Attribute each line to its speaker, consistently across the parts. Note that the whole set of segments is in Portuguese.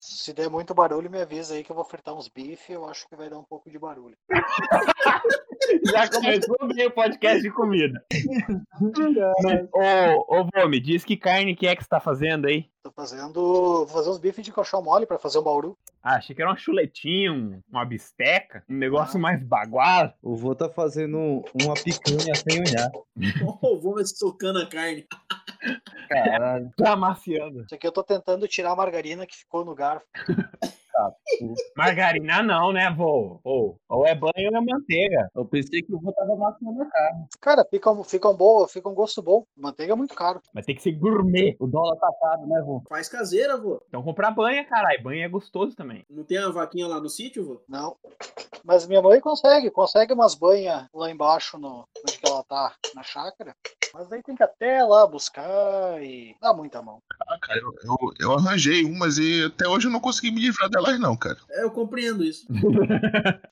Speaker 1: Se der muito barulho, me avisa aí que eu vou fritar uns bife, eu acho que vai dar um pouco de barulho.
Speaker 2: Já começou bem o podcast de comida. ô, ô, Vô, me diz que carne que é que você tá fazendo aí?
Speaker 1: Tô fazendo. Vou fazer uns bifes de colchão mole pra fazer um bauru.
Speaker 2: Ah, achei que era uma chuletinha, um- uma bisteca, um negócio mais bagual.
Speaker 3: O vô tá fazendo uma picanha sem olhar.
Speaker 4: O vô vai socando a carne.
Speaker 3: Caralho,
Speaker 2: Tá amaciando.
Speaker 1: Isso aqui eu tô tentando tirar a margarina que ficou no garfo.
Speaker 2: Margarina não, né, vô? Ou, ou é banho ou é manteiga.
Speaker 3: eu pensei que o vô tava matando a cara.
Speaker 1: Cara, fica um, fica um bom, fica um gosto bom. Manteiga é muito caro.
Speaker 2: Mas tem que ser gourmet.
Speaker 3: O dólar tá caro, né, vô?
Speaker 4: Faz caseira, vô.
Speaker 2: Então comprar banha, caralho. Banha é gostoso também.
Speaker 4: Não tem a vaquinha lá no sítio, vô?
Speaker 1: Não. Mas minha mãe consegue, consegue umas banhas lá embaixo no, onde que ela tá, na chácara. Mas aí tem que até lá buscar e dá muita mão.
Speaker 5: Ah, cara, eu, eu- eu arranjei umas e até hoje eu não consegui me livrar delas, não, cara.
Speaker 4: É, Eu compreendo isso.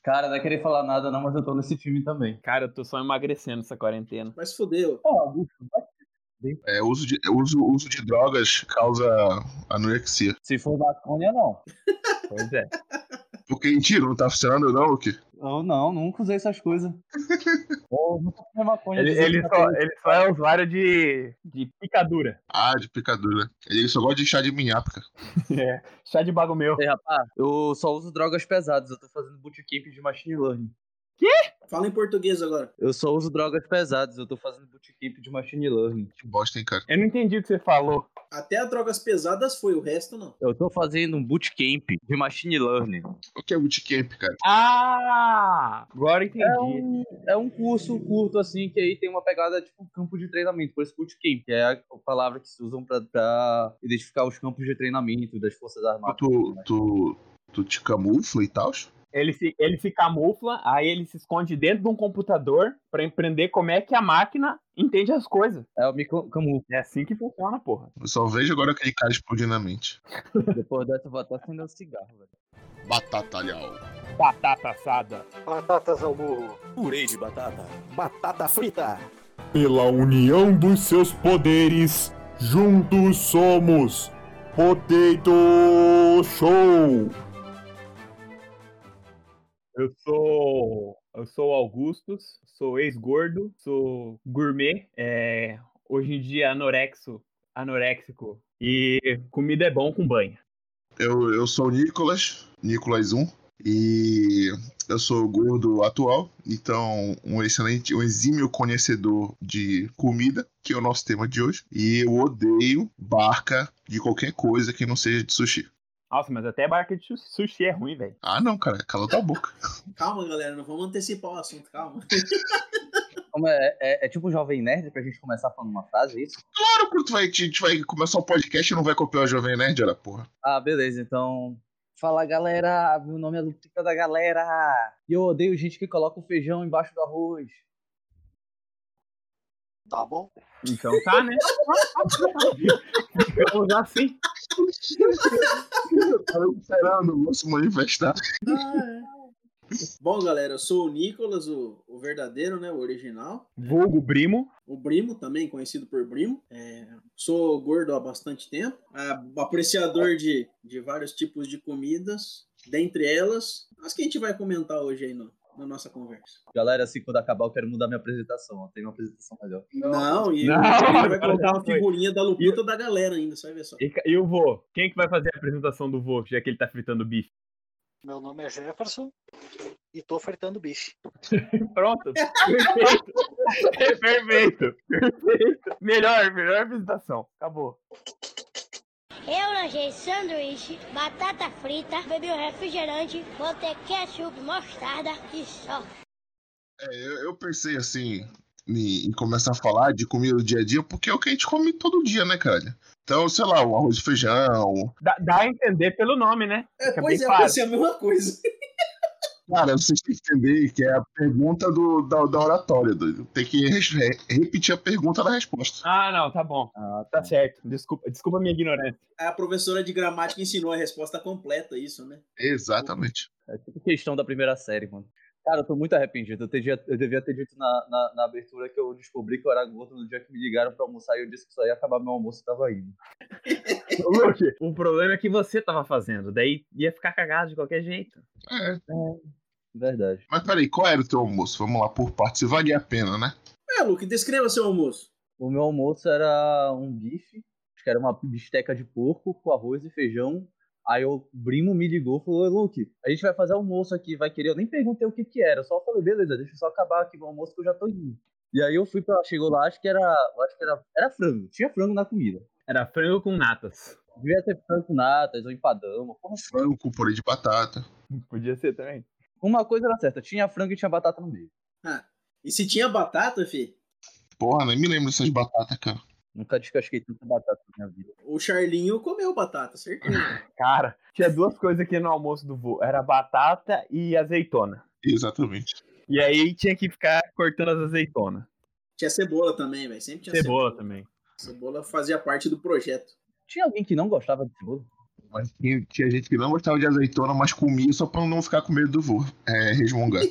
Speaker 3: Cara, não é querer falar nada não, mas eu tô nesse filme também.
Speaker 2: Cara, eu tô só emagrecendo essa quarentena.
Speaker 4: Mas fodeu.
Speaker 3: Pô, Augusto, vai-
Speaker 5: É, o uso de, o uso, o uso de drogas causa anorexia.
Speaker 3: se for maconha, não.
Speaker 2: Pois é.
Speaker 5: Porque, mentira, não tá funcionando, não, o quê?
Speaker 3: Eu não, nunca usei essas coisas. eu nunca fumei maconha.
Speaker 2: Ele, ele só, ele só é usuário de, de picadura.
Speaker 5: Ah, de picadura. Ele só gosta de chá de minhaca, cara.
Speaker 2: É. Chá de bago meu.
Speaker 3: Ei, rapaz, eu só uso drogas pesadas, eu tô fazendo bootcamp de machine learning.
Speaker 4: Fala em português agora.
Speaker 3: Eu só uso drogas pesadas, eu tô fazendo bootcamp de machine learning.
Speaker 5: Que bosta, hein, cara.
Speaker 2: Eu não entendi o que você falou.
Speaker 4: Até as drogas pesadas foi, o resto não.
Speaker 3: Eu tô fazendo um bootcamp de machine learning.
Speaker 5: O que é bootcamp, cara?
Speaker 2: Ah! Agora eu entendi.
Speaker 3: É um, é um curso curto, assim, que aí tem uma pegada tipo campo de treinamento, por isso bootcamp, que é a palavra que se usam pra, pra identificar os campos de treinamento das Forças Armadas.
Speaker 5: Ah,
Speaker 3: né?
Speaker 5: Tu, tu, tu te camufla e tal?
Speaker 2: Ele se, ele se camufla, aí ele se esconde dentro de um computador pra empreender como é que a máquina entende as coisas.
Speaker 3: É o micro camufo.
Speaker 2: É assim que funciona, porra.
Speaker 5: Eu só vejo agora aquele cara explodindo na mente.
Speaker 3: Depois dessa eu vou até acender um cigarro, velho.
Speaker 5: Batatalhau.
Speaker 2: Batata assada.
Speaker 1: Batatas ao burro.
Speaker 6: Purê de batata, batata frita,
Speaker 7: Pela união dos seus poderes, juntos somos Potato Show!
Speaker 2: Eu sou. Eu sou Augustus, sou ex-gordo, sou gourmet, é, hoje em dia anorexo, anoréxico. E comida é bom com banho.
Speaker 5: Eu, eu sou o Nicolas, Nicolas 1, e eu sou gordo atual, então um excelente, um exímio conhecedor de comida, que é o nosso tema de hoje. E eu odeio barca de qualquer coisa que não seja de sushi.
Speaker 2: Nossa, mas até barca de su- sushi é ruim, velho.
Speaker 5: Ah não, cara, cala tua boca.
Speaker 4: Calma, galera, não vamos antecipar o assunto, calma.
Speaker 3: Como é, é, é tipo um jovem nerd pra gente começar falando uma frase, é isso?
Speaker 5: Claro que tu vai, te- te vai começar um podcast e não vai copiar o Jovem Nerd, olha porra.
Speaker 3: Ah, beleza, então. Fala galera, meu nome é Lupita da galera. E eu odeio gente que coloca o feijão embaixo do arroz.
Speaker 1: Tá bom?
Speaker 2: Então tá, né? Ficamos assim.
Speaker 5: Eu tava esperando o moço manifestar.
Speaker 4: Bom, galera, eu sou o Nicolas, o, o verdadeiro, né? O original.
Speaker 2: Vulgo Brimo.
Speaker 4: O Brimo, também conhecido por Brimo. É, sou gordo há bastante tempo. a- apreciador de, de vários tipos de comidas. Dentre elas, as que a gente vai comentar hoje aí no, na nossa conversa.
Speaker 3: Galera, assim, quando acabar eu quero mudar minha apresentação. Eu tenho uma apresentação melhor.
Speaker 4: Não, e
Speaker 2: Não,
Speaker 4: a gente vai
Speaker 2: agora
Speaker 4: colocar uma
Speaker 2: foi.
Speaker 4: figurinha da Lupita da galera ainda, você vai ver só.
Speaker 2: E, ca- e o vô? Quem é que vai fazer a apresentação do vô, já que ele tá fritando bife?
Speaker 1: Meu nome é Jefferson e tô fritando bife.
Speaker 2: Pronto. Perfeito. É perfeito. Perfeito. Melhor, melhor apresentação. Acabou.
Speaker 8: Eu lanchei sanduíche, batata frita, bebi um refrigerante, botei ketchup, mostarda e só.
Speaker 5: É, eu, eu pensei assim em, em começar a falar de comida do dia a dia, porque é o que a gente come todo dia, né, cara? Então, sei lá, o arroz e feijão.
Speaker 2: Dá, dá a entender pelo nome, né?
Speaker 4: É,
Speaker 2: Fica
Speaker 4: pois
Speaker 2: bem
Speaker 4: é,
Speaker 2: claro.
Speaker 4: vai ser a mesma coisa.
Speaker 5: Cara, vocês têm que entender que é a pergunta do, da, da oratória. doido. Tem que res- re- repetir a pergunta na resposta.
Speaker 2: Ah, não, tá bom.
Speaker 3: Ah,
Speaker 2: Tá certo. Desculpa, desculpa a minha ignorância.
Speaker 4: A professora de gramática ensinou a resposta completa, isso, né?
Speaker 5: Exatamente.
Speaker 3: É tipo questão da primeira série, mano. Cara, eu tô muito arrependido. Eu, teria- eu devia ter dito na, na, na abertura que eu descobri que eu era gordo no dia que me ligaram pra almoçar e eu disse que só ia acabar meu almoço e tava indo.
Speaker 2: Ô, Luke, o problema é que você tava fazendo, daí ia ficar cagado de qualquer jeito.
Speaker 5: É.
Speaker 3: Verdade.
Speaker 5: Mas peraí, qual era o teu almoço? Vamos lá, por parte. Se valia a pena, né?
Speaker 4: É, Luke, descreva seu almoço.
Speaker 3: O meu almoço era um bife, acho que era uma bisteca de porco com arroz e feijão. Aí o primo me ligou e falou, "Ô, Luke, a gente vai fazer almoço aqui, vai querer. Eu nem perguntei o que que era, eu só falei, beleza, deixa eu só acabar aqui meu almoço que eu já tô indo. E aí eu fui pra, chegou lá, acho que era, eu acho que era, era frango, tinha frango na comida.
Speaker 2: Era frango com natas.
Speaker 3: Devia ter frango com natas ou empadão, uma porra assim.
Speaker 5: Frango com purê de batata.
Speaker 2: Podia ser também.
Speaker 3: Uma coisa era certa, tinha frango e tinha batata no meio.
Speaker 4: Ah, e se tinha batata, fi?
Speaker 5: Porra, nem me lembro dessas batatas, cara.
Speaker 3: Nunca descasquei tanta batata na minha vida.
Speaker 4: O Charlinho comeu batata, certeza.
Speaker 2: Cara, tinha duas coisas aqui no almoço do vô. Era batata e azeitona.
Speaker 5: Exatamente.
Speaker 2: E aí tinha que ficar cortando as azeitonas.
Speaker 4: tinha cebola também, velho. Sempre tinha
Speaker 2: Cebola também.
Speaker 4: Cebola fazia parte do projeto.
Speaker 3: Tinha alguém que não gostava de cebola?
Speaker 5: Mas tinha, tinha gente que não gostava de azeitona, mas comia só pra não ficar com medo do vô. É, resmungar.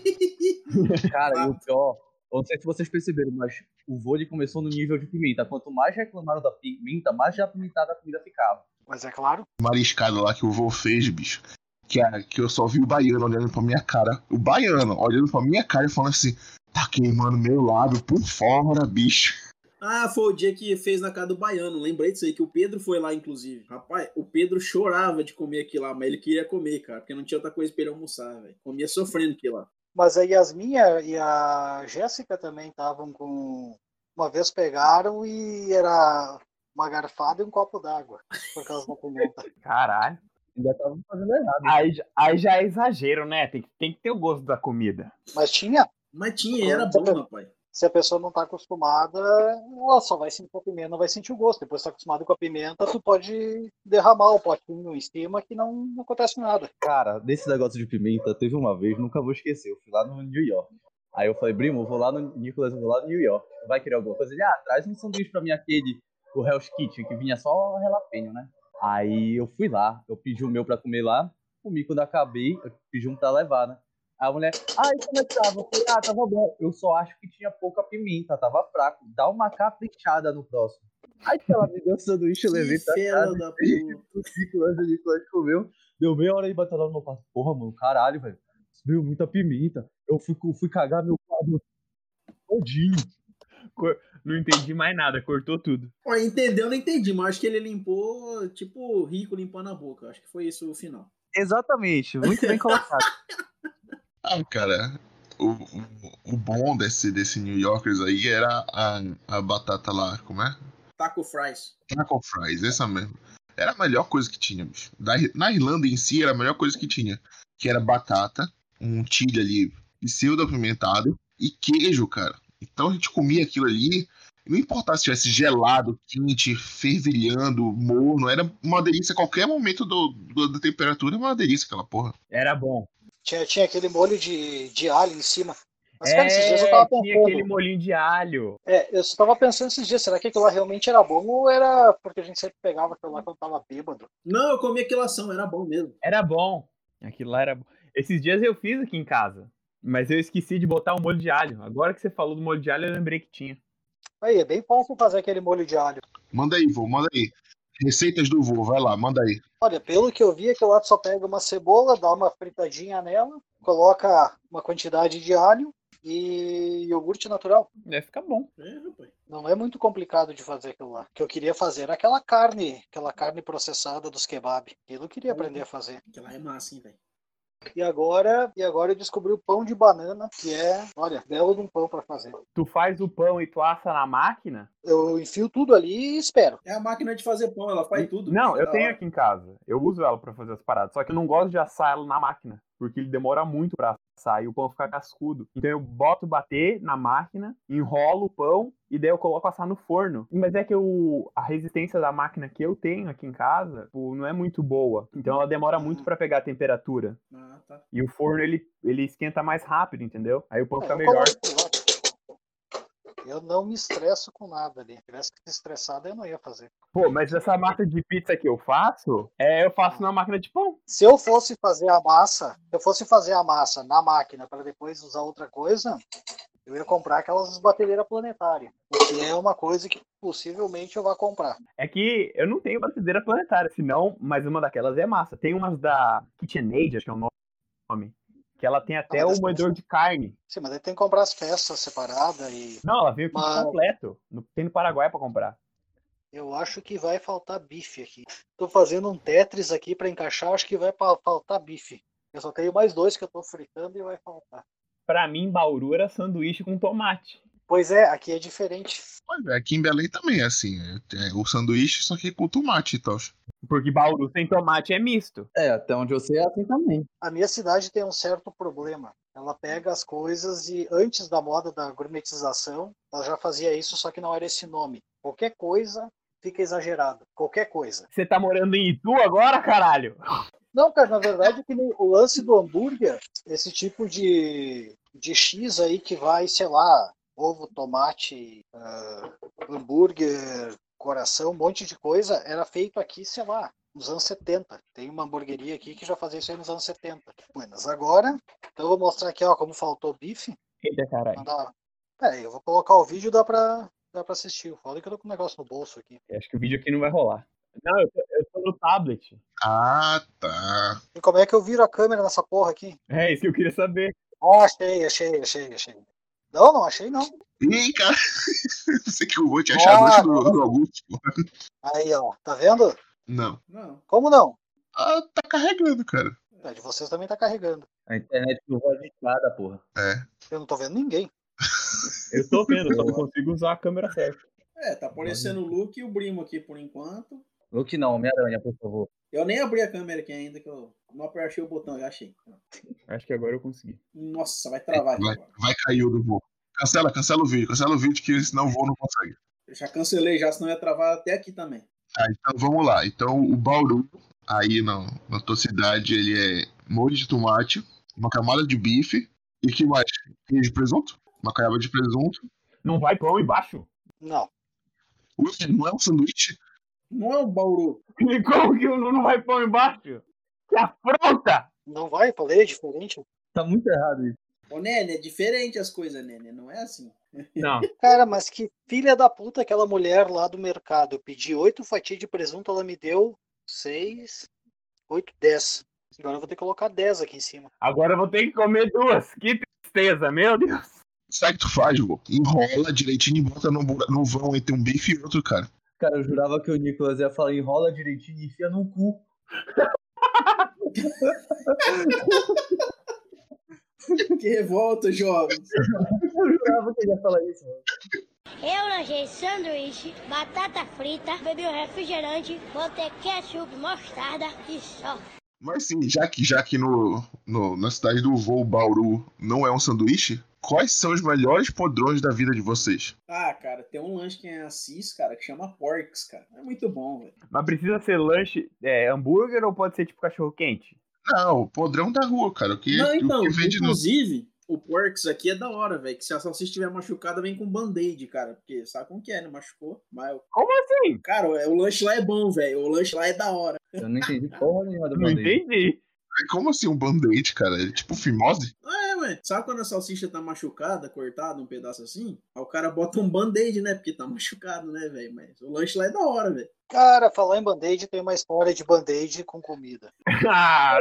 Speaker 3: Cara, e o pior, eu não sei se vocês perceberam, mas o vôlei começou no nível de pimenta. Quanto mais reclamaram da pimenta, mais já apimentada a comida ficava.
Speaker 1: Mas é claro,
Speaker 5: Mariscada lá que o vô fez, bicho. Que, a- que eu só vi o baiano olhando pra minha cara. O baiano olhando pra minha cara e falando assim: tá queimando meu lábio por fora, bicho.
Speaker 4: Ah, foi o dia que fez na casa do Baiano. Lembrei disso aí, que o Pedro foi lá, inclusive. Rapaz, o Pedro chorava de comer aquilo lá, mas ele queria comer, cara, porque não tinha outra coisa pra ele almoçar, velho. Comia sofrendo aquilo lá.
Speaker 1: mas a Yasmin e a Jéssica também estavam com. Uma vez pegaram e era uma garfada e um copo d'água, por causa da pimenta.
Speaker 2: Caralho.
Speaker 3: Ainda estavam fazendo errado.
Speaker 2: Aí, já- aí já é exagero, né? Tem, que- tem que ter o gosto da comida.
Speaker 1: Mas tinha.
Speaker 4: Mas tinha, era
Speaker 2: tá
Speaker 4: bom, rapaz.
Speaker 1: Se a pessoa não tá acostumada, ela só vai sentir a pimenta, não vai sentir o gosto. Depois que tá acostumado com a pimenta, tu pode derramar o potinho em cima que não, não acontece nada.
Speaker 3: Cara, desse negócio de pimenta, teve uma vez, nunca vou esquecer. Eu fui lá no New York. Aí eu falei, primo, eu vou lá no Nicolas, eu vou lá no New York. Vai querer alguma coisa? Ele, ah, traz um sanduíche pra mim, aquele, o Hell's Kitchen, que vinha só relapenho, né? Aí eu fui lá, eu pedi o meu pra comer lá, comi quando acabei, eu pedi um pra levar, né? Aí a mulher, ai, como é que tava? Eu falei, ah, tava bom. Eu só acho que tinha pouca pimenta, tava fraco. Dá uma caprichada no próximo. Aí que ela me deu o sanduíche, eu levei
Speaker 2: tá
Speaker 3: pra
Speaker 4: Que
Speaker 3: casa
Speaker 4: fela da puta.
Speaker 3: o Nicolas, o Nicolas comeu. Deu meia hora e bateu lá no meu quarto. Porra, mano, caralho, velho. Subiu muita pimenta. Eu fui, co- fui cagar meu quadro todinho.
Speaker 2: Não entendi mais nada, cortou tudo.
Speaker 4: Ó, entendeu? Não entendi, mas acho que ele limpou, tipo, o rico limpando a boca. Acho que foi isso o final.
Speaker 3: Exatamente, muito bem colocado.
Speaker 5: Ah, cara, o, o, o bom desse, desse New Yorkers aí era a, a batata lá, como é?
Speaker 4: Taco fries.
Speaker 5: Taco fries, essa mesmo. Era a melhor coisa que tinha, bicho. Da Ir- na Irlanda em si, era a melhor coisa que tinha. Que era batata, um tilho ali pseudo-apimentado e queijo, cara. Então a gente comia aquilo ali, não importava se tivesse gelado, quente, fervilhando, morno, era uma delícia. Qualquer momento do, do- da temperatura era uma delícia aquela porra.
Speaker 2: Era bom.
Speaker 1: Tinha, tinha aquele molho de, de alho em cima. Mas, cara, esses dias eu
Speaker 2: é,
Speaker 1: tava
Speaker 2: tinha aquele
Speaker 1: pensando.
Speaker 2: molinho de alho.
Speaker 1: É, eu só tava pensando esses dias, será que aquilo lá realmente era bom ou era porque a gente sempre pegava aquilo lá quando tava bêbado?
Speaker 4: Não, eu comi aquela ação, era bom mesmo.
Speaker 2: Era bom. Aquilo lá era bom. Esses dias eu fiz aqui em casa. Mas eu esqueci de botar o molho de alho. Agora que você falou do molho de alho, eu lembrei que tinha.
Speaker 1: Aí, é bem fácil fazer aquele molho de alho.
Speaker 5: Manda aí, vô, manda aí. Receitas do vô, vai lá, manda aí.
Speaker 1: Olha, pelo que eu vi, aquilo lá tu só pega uma cebola, dá uma fritadinha nela, coloca uma quantidade de alho e iogurte natural.
Speaker 2: Deve ficar bom.
Speaker 4: É, rapaz.
Speaker 1: Não é muito complicado de fazer aquilo lá. O que eu queria fazer era aquela carne, aquela carne processada dos kebab. Aquilo eu queria aprender a fazer.
Speaker 4: Aquela é massa, hein, velho.
Speaker 1: E agora, e agora eu descobri o pão de banana, que é, olha, belo de um pão para fazer.
Speaker 2: Tu faz o pão e tu assa na máquina?
Speaker 1: Eu enfio tudo ali e espero.
Speaker 4: É a máquina de fazer pão, ela faz tudo.
Speaker 2: Hum, Não,
Speaker 4: bicho, é
Speaker 2: eu
Speaker 4: da
Speaker 2: tenho
Speaker 4: hora.
Speaker 2: aqui em casa. Eu uso ela pra fazer as paradas. Só que eu não gosto de assar ela na máquina, porque ele demora muito pra assar e o pão fica cascudo. Então eu boto bater na máquina, enrolo o pão e daí eu coloco assar no forno. Mas é que eu, a resistência da máquina que eu tenho aqui em casa tipo, não é muito boa. Então ela demora muito pra pegar a temperatura.
Speaker 4: Ah, tá.
Speaker 2: E o Então tá forno ele, ele esquenta mais rápido, entendeu? Aí o pão
Speaker 1: É,
Speaker 2: fica
Speaker 1: eu
Speaker 2: melhor.
Speaker 1: coloco lá. Eu não me estresso com nada ali. Se tivesse que se estressado, eu não ia fazer.
Speaker 2: Pô, mas essa massa de pizza que eu faço, é, eu faço na máquina de pão.
Speaker 1: Se eu fosse fazer a massa, se eu fosse fazer a massa na máquina para depois usar outra coisa, eu ia comprar aquelas batedeiras planetárias. Porque é uma coisa que possivelmente eu vá comprar.
Speaker 2: É que eu não tenho batedeira planetária, senão, mas uma daquelas é massa. Tem umas da KitchenAid, acho que é o nome, que ela tem até
Speaker 1: Ah, mas
Speaker 2: o moedor de carne.
Speaker 1: Sim, mas aí tem que comprar as peças separadas e
Speaker 2: Não, ela veio com
Speaker 1: Mas-
Speaker 2: completo. No- Tem no Paraguai pra comprar.
Speaker 1: eu acho que vai faltar bife aqui. Tô fazendo um Tetris aqui para encaixar, acho que vai pa- faltar bife. Eu só tenho mais dois que eu tô fritando e vai faltar.
Speaker 2: Pra mim, Bauru era sanduíche com tomate.
Speaker 1: Pois é, aqui é diferente.
Speaker 5: Olha, Aqui em Belém também é assim. É, é o sanduíche, só que com tomate e tal.
Speaker 2: Porque Bauru sem tomate é misto.
Speaker 3: É, até onde eu sei é assim também.
Speaker 1: A minha cidade tem um certo problema. Ela pega as coisas e antes da moda da gourmetização, ela já fazia isso, só que não era esse nome. Qualquer coisa fica exagerado. Qualquer coisa.
Speaker 2: Você tá morando em Itu agora, caralho?
Speaker 1: Não, cara, na verdade, que nem o lance do hambúrguer, esse tipo de, de X aí que vai, sei lá, ovo, tomate, ah, hambúrguer, coração, um monte de coisa, era feito aqui, sei lá, nos anos 70. Tem uma hamburgueria aqui que já fazia isso aí nos anos 70. Buenas, agora, então eu vou mostrar aqui, ó, como faltou bife.
Speaker 2: Eita, caralho.
Speaker 1: Mandar... Peraí, eu vou colocar o vídeo, dá pra, dá pra assistir. Foda que eu tô com um negócio no bolso aqui.
Speaker 2: Eu Acho que o vídeo aqui não vai rolar. Não, eu tô, eu tô no tablet.
Speaker 5: Ah, tá.
Speaker 1: E como é que eu viro a câmera nessa porra aqui?
Speaker 2: É isso que eu queria saber.
Speaker 1: Ó, achei, achei, achei, achei. Não, não achei não.
Speaker 5: Ih, cara. Eu sei que eu vou te achar
Speaker 1: Ah,
Speaker 5: antes do, do Augusto.
Speaker 1: Aí, ó, tá vendo?
Speaker 5: Não.
Speaker 4: Não.
Speaker 1: Como não?
Speaker 5: Ah, tá carregando, cara.
Speaker 1: A de vocês também tá carregando.
Speaker 3: A internet não vai de nada, porra.
Speaker 5: É.
Speaker 1: Eu não tô vendo ninguém.
Speaker 2: Eu tô vendo, só não consigo usar a câmera certa.
Speaker 4: É, tá aparecendo o Luke e o Brimo aqui por enquanto.
Speaker 3: Luke não, Homem-Aranha, por favor.
Speaker 4: Eu nem abri a câmera aqui ainda, que eu não apertei o botão, já achei.
Speaker 2: Acho que agora eu consegui.
Speaker 4: Nossa, vai travar aqui agora.
Speaker 5: Vai cair o do voo. Cancela, cancela o vídeo. Cancela o vídeo que senão o voo não consegue.
Speaker 4: Eu já cancelei já, senão ia travar até aqui também.
Speaker 5: Tá, então vamos lá. Então o Bauru, aí na, na tua cidade, ele é molho de tomate, uma camada de bife e que mais? Queijo de presunto? Uma caiaba de presunto.
Speaker 2: Não vai pão embaixo?
Speaker 1: Não.
Speaker 5: Ui, não é um sanduíche?
Speaker 4: Não é o Bauru.
Speaker 2: E como que não não vai pão embaixo? Que afronta!
Speaker 1: Não vai, falei, é diferente.
Speaker 3: Tá muito errado isso.
Speaker 4: Ô, Nene, é diferente as coisas, Nene. Não é assim.
Speaker 2: Não,
Speaker 1: Cara, mas que filha da puta aquela mulher lá do mercado. Eu pedi oito fatias de presunto, ela me deu seis, oito, dez. Agora eu vou ter que colocar dez aqui em cima.
Speaker 2: agora eu vou ter que comer duas. Que tristeza, meu Deus.
Speaker 5: Sabe o que tu faz, vô? Enrola direitinho e bota no, bura- no vão entre um bife e outro, cara.
Speaker 3: Cara, eu jurava que o Nicolas ia falar enrola direitinho e enfia no cu.
Speaker 4: Que revolta, jovens.
Speaker 3: Eu jurava que ele ia falar isso, mano.
Speaker 8: Eu lanchei sanduíche, batata frita, bebi um refrigerante, botei ketchup, mostarda e só.
Speaker 5: Mas sim, já que, já que no, no- na cidade do voo Bauru não é um sanduíche, quais são os melhores podrões da vida de vocês?
Speaker 4: Ah, cara, tem um lanche que é em Assis, cara, que chama Porks, cara. É muito bom, velho.
Speaker 2: Mas precisa ser lanche, é, hambúrguer ou pode ser tipo cachorro quente?
Speaker 5: Não, o podrão da rua, cara. O que,
Speaker 4: Não,
Speaker 5: o
Speaker 4: então,
Speaker 5: que vende no.
Speaker 4: inclusive, o Porks aqui é da hora, velho. Que se a salsicha estiver machucada, vem com band-aid, cara. Porque sabe como que é, né? Machucou. Mas,
Speaker 2: Como assim?
Speaker 4: cara, o o lanche lá é bom, velho. O lanche lá é da hora.
Speaker 3: Eu não entendi porra nenhuma do
Speaker 2: Não
Speaker 3: mundo.
Speaker 2: entendi.
Speaker 5: Como assim um band-aid, cara? É tipo fimose?
Speaker 4: Ah, é, ué. Sabe quando a salsicha tá machucada, cortada, um pedaço assim? Aí o cara bota um band-aid, né? Porque tá machucado, né, velho? Mas o lanche lá é da hora, velho.
Speaker 1: Cara, falar em band-aid tem uma história de band-aid com comida.
Speaker 2: Ah,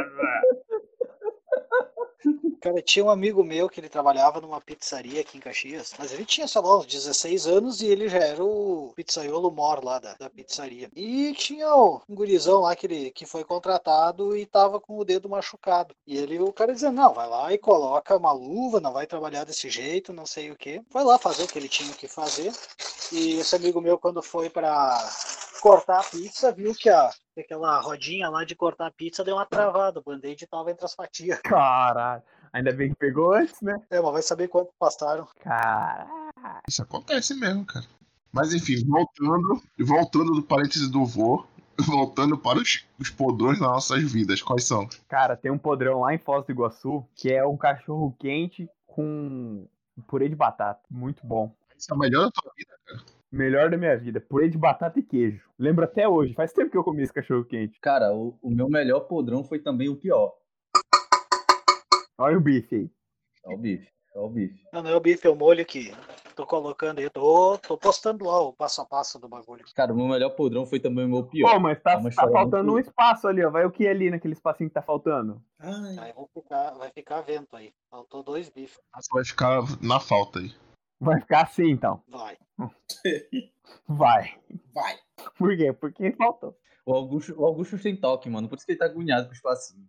Speaker 1: Cara, tinha um amigo meu que ele trabalhava numa pizzaria aqui em Caxias, mas ele tinha, sei lá, uns 16 anos e ele já era o pizzaiolo mor lá da, da pizzaria. E tinha um gurizão lá que, ele, que foi contratado e tava com o dedo machucado. E ele, o cara dizendo, não, vai lá e coloca uma luva, não vai trabalhar desse jeito, não sei o quê. Foi lá fazer o que ele tinha que fazer. E esse amigo meu, quando foi pra cortar a pizza, viu que a, aquela rodinha lá de cortar a pizza deu uma travada, o band-aid tava entre as fatias.
Speaker 2: caralho. Ainda bem que pegou antes, né?
Speaker 1: É, mas vai saber quanto passaram.
Speaker 2: Caralho.
Speaker 5: Isso acontece mesmo, cara. Mas enfim, voltando, voltando do parênteses do vô, voltando para os, os podrões das nossas vidas, quais são?
Speaker 2: Cara, tem um podrão lá em Foz do Iguaçu que é um cachorro quente com purê de batata. Muito bom.
Speaker 5: Isso é o melhor da tua vida.
Speaker 2: Melhor da minha vida. Purê de batata e queijo. Lembro até hoje. Faz tempo que eu comi esse cachorro quente.
Speaker 3: Cara, o, o meu melhor podrão foi também o pior.
Speaker 2: Olha o bife aí.
Speaker 3: É o bife. É o bife.
Speaker 1: Não, não é o bife, é o molho que tô colocando aí. Tô, tô postando lá o passo a passo do bagulho.
Speaker 3: Cara, o meu melhor podrão foi também o meu pior.
Speaker 2: Pô, mas tá,
Speaker 3: É uma
Speaker 2: tá
Speaker 3: história
Speaker 2: faltando um
Speaker 3: muito-
Speaker 2: espaço ali, ó. Vai o que ali naquele espacinho que tá faltando?
Speaker 4: Ai,
Speaker 1: Aí vou ficar, vai ficar vento aí. Faltou dois bifes.
Speaker 5: Você vai ficar na falta aí.
Speaker 2: Vai ficar assim, então.
Speaker 1: Vai.
Speaker 2: Vai.
Speaker 4: vai.
Speaker 2: Por quê? Porque faltou.
Speaker 3: O Augusto, o Augusto tem toque, mano. Por isso que ele tá agoniado com o espacinho.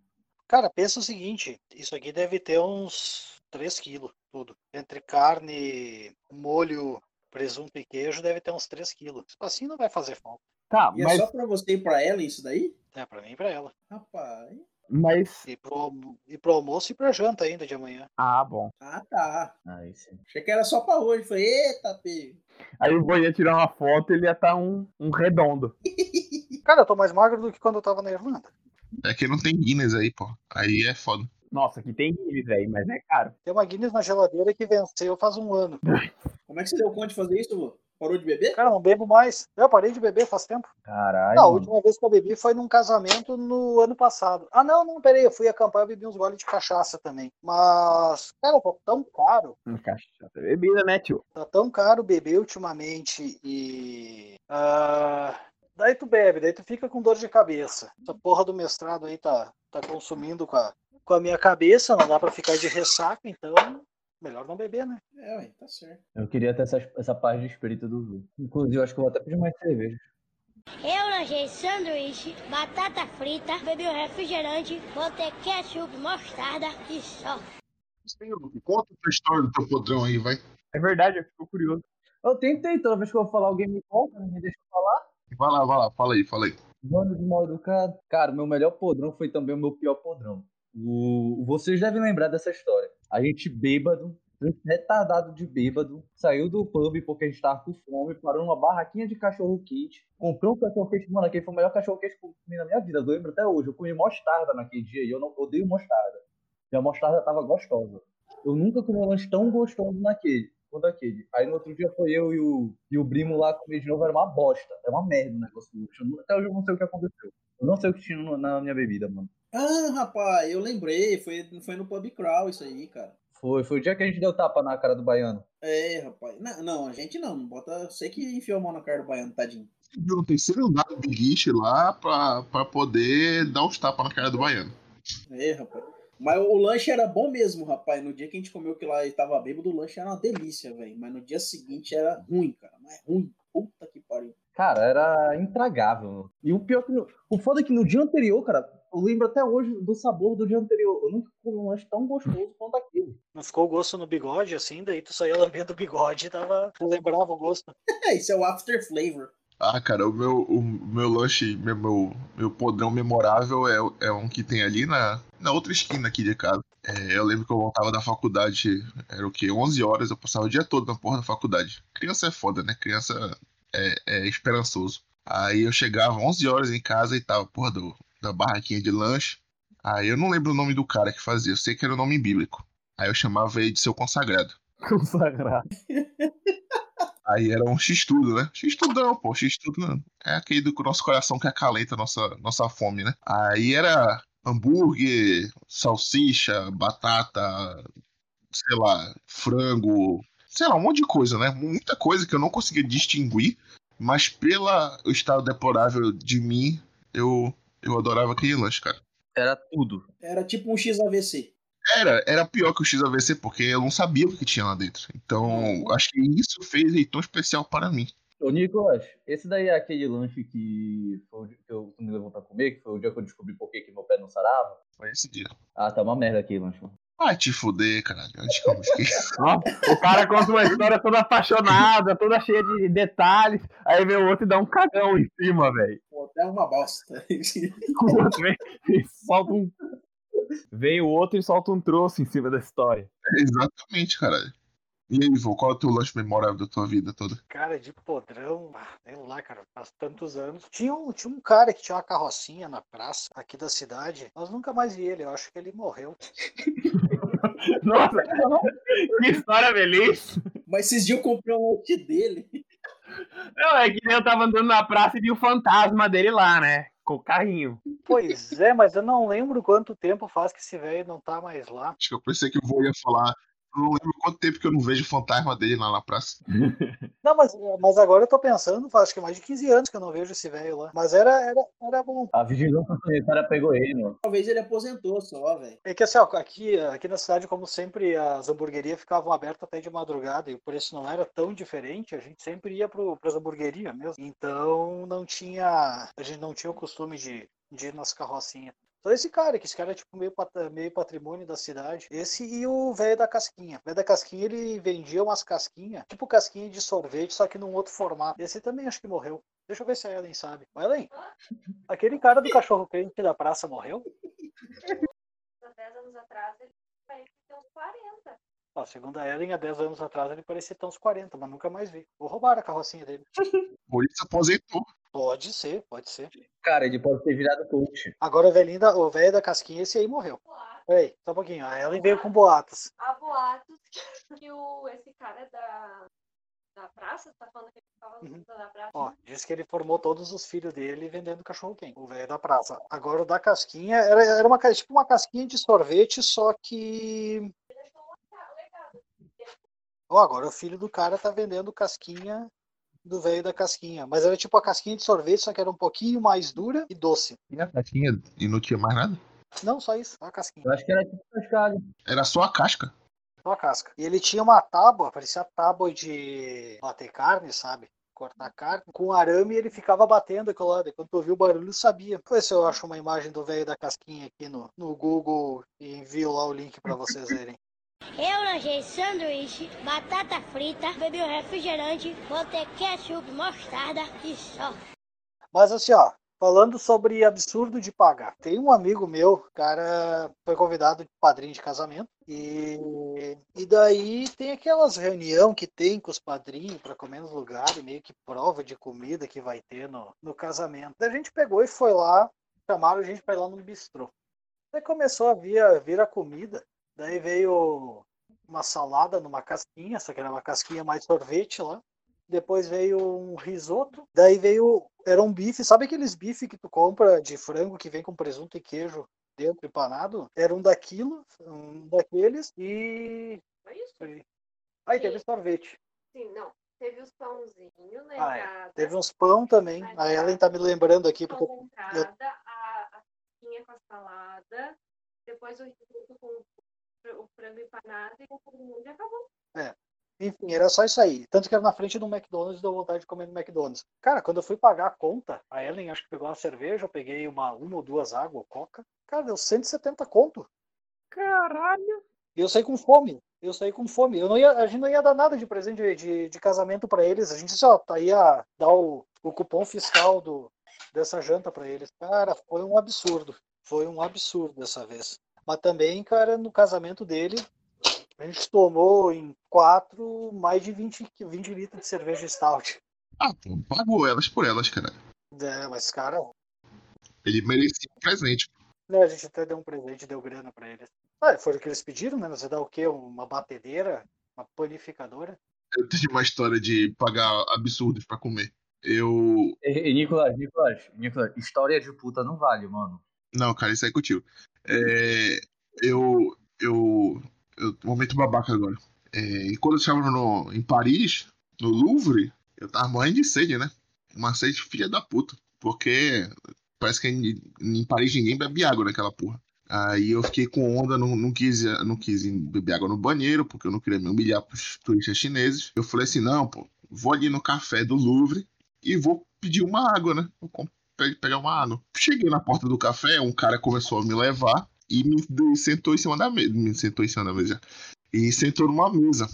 Speaker 1: Cara, pensa o seguinte: isso aqui deve ter uns 3 quilos, tudo. Entre carne, molho, presunto e queijo, deve ter uns 3 quilos. Assim não vai fazer falta.
Speaker 2: Tá,
Speaker 4: E é
Speaker 2: mas,
Speaker 4: só pra você e pra ela isso daí?
Speaker 1: É pra mim e pra ela.
Speaker 4: Rapaz.
Speaker 2: mas.
Speaker 1: E pro, almo- e pro almoço e pra janta ainda de amanhã.
Speaker 2: Ah, bom.
Speaker 4: Ah, tá.
Speaker 3: Aí sim.
Speaker 4: Achei que era só pra hoje. Falei, eita, pego.
Speaker 2: Aí o Boi ia tirar uma foto ele ia tá um, um redondo.
Speaker 1: Cara, eu tô mais magro do que quando eu tava na Irlanda.
Speaker 5: É que não tem Guinness aí, pô. Aí é foda.
Speaker 2: Nossa, aqui tem Guinness aí, mas é caro.
Speaker 1: Tem uma Guinness na geladeira que venceu faz um ano.
Speaker 4: Como é que você deu conta de fazer isso, vô? Parou de beber?
Speaker 1: Cara, não bebo mais. Eu parei de beber faz tempo.
Speaker 3: Caralho.
Speaker 1: não, a
Speaker 3: mano.
Speaker 1: última vez que eu bebi foi num casamento no ano passado. Ah, não, não, peraí, eu fui acampar e bebi uns goles de cachaça também. Mas, cara, tá tão caro,
Speaker 2: Hum, Cachaça, bebida, né, tio?
Speaker 1: tá tão caro beber ultimamente e. ah, daí tu bebe, daí tu fica com dor de cabeça. Essa porra do mestrado aí tá, tá consumindo com a, com a minha cabeça, não dá pra ficar de ressaca, então melhor não beber, né?
Speaker 4: É, ué, tá certo.
Speaker 3: Eu queria ter essa, essa paz de espírito do Ju. Inclusive, eu acho que eu vou até pedir mais cerveja.
Speaker 8: Eu lanchei sanduíche, batata frita, bebi um refrigerante, botei ketchup, mostarda e só.
Speaker 5: Conta a tua história do teu podrão aí, vai.
Speaker 2: É verdade, eu fico curioso.
Speaker 3: Eu tentei, toda vez que eu vou falar, alguém me conta, não me deixa falar.
Speaker 5: Vai lá, vai lá, fala aí, fala aí.
Speaker 3: Bando de mal educado. Cara, meu melhor podrão foi também o meu pior podrão. O... Vocês devem lembrar dessa história. A gente bêbado, retardado de bêbado, saiu do pub porque a gente tava com fome, parou numa barraquinha de cachorro quente, comprou um cachorro quente, mano, aquele foi o melhor cachorro quente que eu comi na minha vida, eu lembro até hoje. Eu comi mostarda naquele dia e eu não odeio mostarda. E a mostarda tava gostosa. Eu nunca comi um lanche tão gostoso naquele, quanto aquele. Aí no outro dia foi eu e o, e o Brimo lá comer de novo, era uma bosta. É uma merda o negócio do lanche. Eu não- Até hoje eu não sei o que aconteceu. Eu não sei o que tinha no- na minha bebida, mano.
Speaker 4: Ah, rapaz, eu lembrei. Foi, foi no pub crawl isso aí, cara.
Speaker 3: Foi, foi o dia que a gente deu tapa na cara do baiano.
Speaker 4: É, rapaz. Não, não, a gente não. não Bota. Sei que enfiou a mão na cara do baiano, tadinho.
Speaker 5: Subiu no terceiro andar do guincho lá pra, pra poder dar os tapas na cara do baiano.
Speaker 4: É, rapaz. Mas o lanche era bom mesmo, rapaz. No dia que a gente comeu que lá e tava bêbado, o lanche era uma delícia, velho. Mas no dia seguinte era ruim, cara. Mas ruim. Puta que pariu.
Speaker 3: Cara, era intragável. mano. E o pior que. no- O foda é que no dia anterior, cara, eu lembro até hoje do sabor do dia anterior. Eu nunca comi um lanche tão gostoso quanto aquele.
Speaker 1: Não ficou o gosto no bigode assim, daí tu saía lambendo o bigode e tava, lembrava o gosto.
Speaker 4: É, isso é o after flavor.
Speaker 5: Ah, cara, o meu, o meu lanche, meu, meu, meu podrão memorável é, o- é um que tem ali na, na outra esquina aqui de casa. É, eu lembro que eu voltava da faculdade, era o quê? 11 horas, eu passava o dia todo na porra da faculdade. Criança é foda, né? Criança é, é esperançoso. Aí eu chegava 11 horas em casa e tava, porra, do, da barraquinha de lanche. Aí eu não lembro o nome do cara que fazia, eu sei que era o nome bíblico. Aí eu chamava ele de seu consagrado.
Speaker 2: Consagrado.
Speaker 5: Aí era um X-Tudo, né? X-Tudão, pô, X-Tudo não. é aquele do nosso coração que acalenta a nossa, nossa fome, né? Aí era hambúrguer, salsicha, batata, sei lá, frango, sei lá, um monte de coisa, né? Muita coisa que eu não conseguia distinguir, mas pelo estado deplorável de mim, eu, eu adorava aquele lanche, cara.
Speaker 3: Era tudo.
Speaker 4: Era tipo um XAVC.
Speaker 5: Era, era pior que o XAVC, porque eu não sabia o que tinha lá dentro. Então, acho que isso fez ele tão especial para mim.
Speaker 3: Ô, Nicolas, esse daí é aquele lanche que, foi o dia que eu tu me levou pra comer, que foi o dia que eu descobri por que que meu pé não sarava.
Speaker 5: Foi esse dia.
Speaker 3: Ah, tá uma merda aquele lanche, mano.
Speaker 5: Vai te fuder, caralho. Antes que eu me esqueça.
Speaker 2: Nossa, o cara conta uma história toda apaixonada, toda cheia de detalhes. Aí vem o outro e dá um cagão em cima, velho.
Speaker 4: Pô, até uma bosta.
Speaker 2: O outro vem e solta um. Vem o outro e solta um troço em cima da história.
Speaker 5: Exatamente, caralho. E aí, Vô, qual é o teu lanche memorável da tua vida toda?
Speaker 1: Cara de podrão, ah, sei lá, cara, faz tantos anos. Tinha um, tinha um cara que tinha uma carrocinha na praça aqui da cidade, nós nunca mais vi ele, eu acho que ele morreu.
Speaker 2: Nossa, que história feliz.
Speaker 4: Mas esses dias eu comprei um lanche dele.
Speaker 2: Não, é que nem eu tava andando na praça e vi o fantasma dele lá, né? Com o carrinho.
Speaker 1: Pois é, mas eu não lembro quanto tempo faz que esse velho não tá mais lá.
Speaker 5: Acho que eu pensei que o vô ia falar. Eu não lembro quanto tempo que eu não vejo o fantasma dele lá na praça.
Speaker 1: Não, mas, mas agora eu tô pensando, faz acho que mais de 15 anos que eu não vejo esse velho lá. Mas era, era, era bom.
Speaker 3: A vigilância sanitária pegou ele, mano.
Speaker 4: Talvez ele aposentou só, velho.
Speaker 1: É que assim, ó, aqui, aqui na cidade, como sempre, as hamburguerias ficavam abertas até de madrugada e o preço não era tão diferente, a gente sempre ia pro, pras hamburguerias mesmo. Então não tinha. A gente não tinha o costume de, de ir nas carrocinhas. Só esse cara, que esse cara é tipo meio, pat- meio patrimônio da cidade. Esse e o velho da casquinha. O velho da casquinha, ele vendia umas casquinhas, tipo casquinha de sorvete, só que num outro formato. Esse também acho que morreu. Deixa eu ver se a Ellen sabe. Ô, Ellen, aquele cara do cachorro quente da praça morreu?
Speaker 9: Há 10 anos atrás, ele parece que tem uns 40.
Speaker 1: Ó, segundo a Ellen, há 10 anos atrás ele parecia ter uns 40, mas nunca mais vi. Ou roubaram a carrocinha dele.
Speaker 5: Por isso aposentou.
Speaker 1: Pode ser, pode ser.
Speaker 3: Cara, ele pode ter virado coach.
Speaker 1: Agora o velhinho da, o velho da casquinha, esse aí morreu.
Speaker 9: Boato.
Speaker 1: Peraí, só um pouquinho. A Ellen veio com boatos.
Speaker 9: Há boatos que o, esse cara é da, da praça, tá falando que ele ficava
Speaker 1: Uhum.
Speaker 9: da praça.
Speaker 1: Ó, diz que ele formou todos os filhos dele vendendo cachorro quente. O velho da praça. Agora o da casquinha era, era uma, ca- tipo uma casquinha de sorvete, só que.
Speaker 9: Ah, legal.
Speaker 1: Ó, agora o filho do cara tá vendendo casquinha do velho da casquinha. Mas era tipo a casquinha de sorvete, só que era um pouquinho mais dura e doce.
Speaker 5: E a caixinha? E não tinha mais nada?
Speaker 1: Não, só isso, só a casquinha.
Speaker 3: Eu acho que era tipo cascalho.
Speaker 5: Era só a casca.
Speaker 1: Só a casca. E ele tinha uma tábua, parecia tábua de bater carne, sabe? Cortar carne. Com arame ele ficava batendo aquilo lá. daí Quando tu ouviu o barulho, sabia. Vou ver se eu acho uma imagem do velho da casquinha aqui no, no Google e envio lá o link pra vocês verem.
Speaker 8: Eu lanchei sanduíche, batata frita, bebi um refrigerante, botei ketchup, mostarda e só.
Speaker 1: Mas assim, ó. Falando sobre absurdo de pagar. Tem um amigo meu, cara, foi convidado de padrinho de casamento. E, e daí tem aquelas reunião que tem com os padrinhos para comer nos lugares, meio que prova de comida que vai ter no, no casamento. Daí a gente pegou e foi lá, chamaram a gente para ir lá num bistrô. Daí começou a vir, a vir a comida. Daí veio uma salada numa casquinha, só que era uma casquinha mais sorvete lá. Depois veio um risoto. Daí veio. Era um bife. Sabe aqueles bife que tu compra de frango que vem com presunto e queijo dentro empanado? Era um daquilo, um daqueles. E.
Speaker 9: Foi isso?
Speaker 1: peraí. Aí teve sorvete.
Speaker 9: Sim, não. Teve os pãozinhos né, na
Speaker 1: Ah, é.
Speaker 9: entrada.
Speaker 1: Teve uns pão também. A Ellen tá me lembrando aqui. Porque...
Speaker 9: pão na entrada, a, a coquinha com a salada, depois o risoto com o- o frango empanado e com todo mundo e acabou.
Speaker 1: Enfim, era só isso aí. Tanto que era na frente do McDonald's, deu vontade de comer no McDonald's. Cara, quando eu fui pagar a conta, a Ellen acho que pegou uma cerveja, eu peguei uma, uma ou duas águas, coca. Cara, deu 170 conto.
Speaker 2: Caralho.
Speaker 1: E eu saí com fome. Eu saí com fome. Eu não ia, a gente não ia dar nada de presente de, de, de casamento pra eles. A gente só tá, ia dar o, o cupom fiscal do, dessa janta pra eles. Cara, foi um absurdo. Foi um absurdo dessa vez. Mas também, cara, no casamento dele, a gente tomou em quatro mais de 20, qui- 20 litros de cerveja stout.
Speaker 5: Ah, pô, pagou elas por elas, cara.
Speaker 1: É, mas, cara,
Speaker 5: Ele merecia um presente.
Speaker 1: né, a gente até deu um presente, deu grana pra eles. Ah, foi o que eles pediram, né? Você dá o quê? Uma batedeira? Uma panificadora?
Speaker 5: Eu tenho uma história de pagar absurdos pra comer. Eu
Speaker 3: E, e Nicolas, Nicolas, Nicolas, história de puta não vale, mano.
Speaker 5: Não, cara, isso aí contigo. É, eu, eu, eu. um Momento babaca agora. É, e quando eu estava no, em Paris, no Louvre, eu tava morrendo de sede, né? Uma sede filha da puta. Porque parece que em, em Paris ninguém bebe água naquela porra. Aí eu fiquei com onda, não, não, quis, não quis ir beber água no banheiro, porque eu não queria me humilhar pros turistas chineses. Eu falei assim: não, pô, vou ali no café do Louvre e vou pedir uma água, né? Vou com- pe- pegar uma água. Cheguei na porta do café, um cara começou a me levar e me deu- sentou em cima da mesa. Me sentou em cima da mesa. E sentou numa mesa.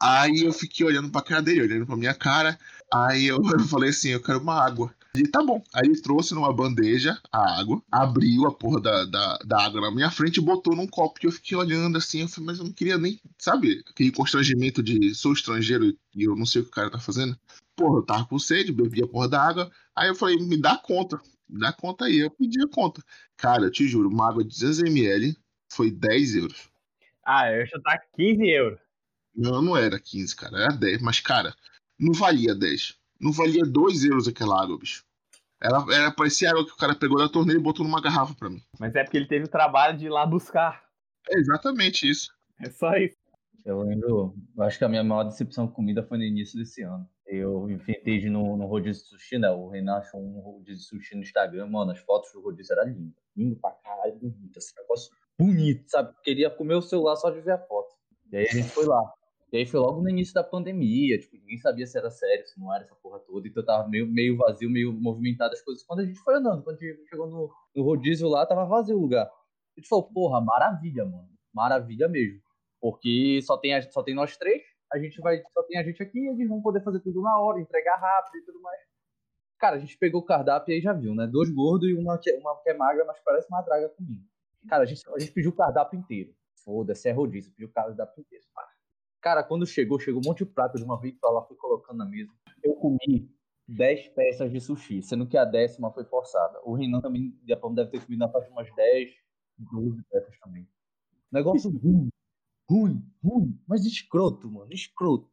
Speaker 5: Aí eu fiquei olhando pra cara dele, olhando pra minha cara. Aí eu, eu falei assim: eu quero uma água. Ele tá bom. Aí ele trouxe numa bandeja a água, abriu a porra da, da, da água na minha frente e botou num copo. E eu fiquei olhando assim, eu falei, mas eu não queria nem, sabe, aquele constrangimento de sou estrangeiro e eu não sei o que o cara tá fazendo. Porra, eu tava com sede, bebi a porra da água. Aí eu falei, me dá conta, me dá conta aí. Eu pedi a conta. Cara, eu te juro, uma água de 200ml foi 10 euros.
Speaker 2: Ah, eu ia chutar 15 euros.
Speaker 5: Não, não era 15, cara. Era 10. Mas, cara, não valia 10. Não valia 2 euros aquela água, bicho. Ela, era parecia água que o cara pegou da torneira e botou numa garrafa pra mim.
Speaker 2: Mas é porque ele teve o trabalho de ir lá buscar.
Speaker 5: É exatamente isso.
Speaker 2: É só isso.
Speaker 3: Eu lembro, eu acho que a minha maior decepção com comida foi no início desse ano. Eu inventei de ir no, no rodízio de sushi, né? O Renan achou um rodízio de sushi no Instagram, mano, as fotos do rodízio eram lindas. Lindo pra caralho, bonito, esse negócio bonito, sabe? Queria comer o celular só de ver a foto. E aí a gente foi lá. E aí foi logo no início da pandemia, tipo, ninguém sabia se era sério, se não era essa porra toda, então tava meio, meio vazio, meio movimentado as coisas. Quando a gente foi andando, quando a gente chegou no, no rodízio lá, tava vazio o lugar. A gente falou, porra, maravilha, mano. Maravilha mesmo. Porque só tem, a, só tem nós três, a gente vai, só tem a gente aqui, eles vão poder fazer tudo na hora, entregar rápido e tudo mais. Cara, a gente pegou o cardápio e aí já viu, né? Dois gordos e uma que, uma que é magra, mas parece uma draga comigo. Cara, a gente, a gente pediu o cardápio inteiro. Foda-se, é rodízio, pediu o cardápio inteiro. pá. Cara, quando chegou, chegou um monte de prato de uma vez pra lá, fui colocando na mesa. Eu comi 10 peças de sushi, sendo que a décima foi forçada. O Renan também, de Japão, deve ter comido na parte de umas 10, 12 peças também. Negócio ruim ruim, ruim, mas escroto, mano, escroto.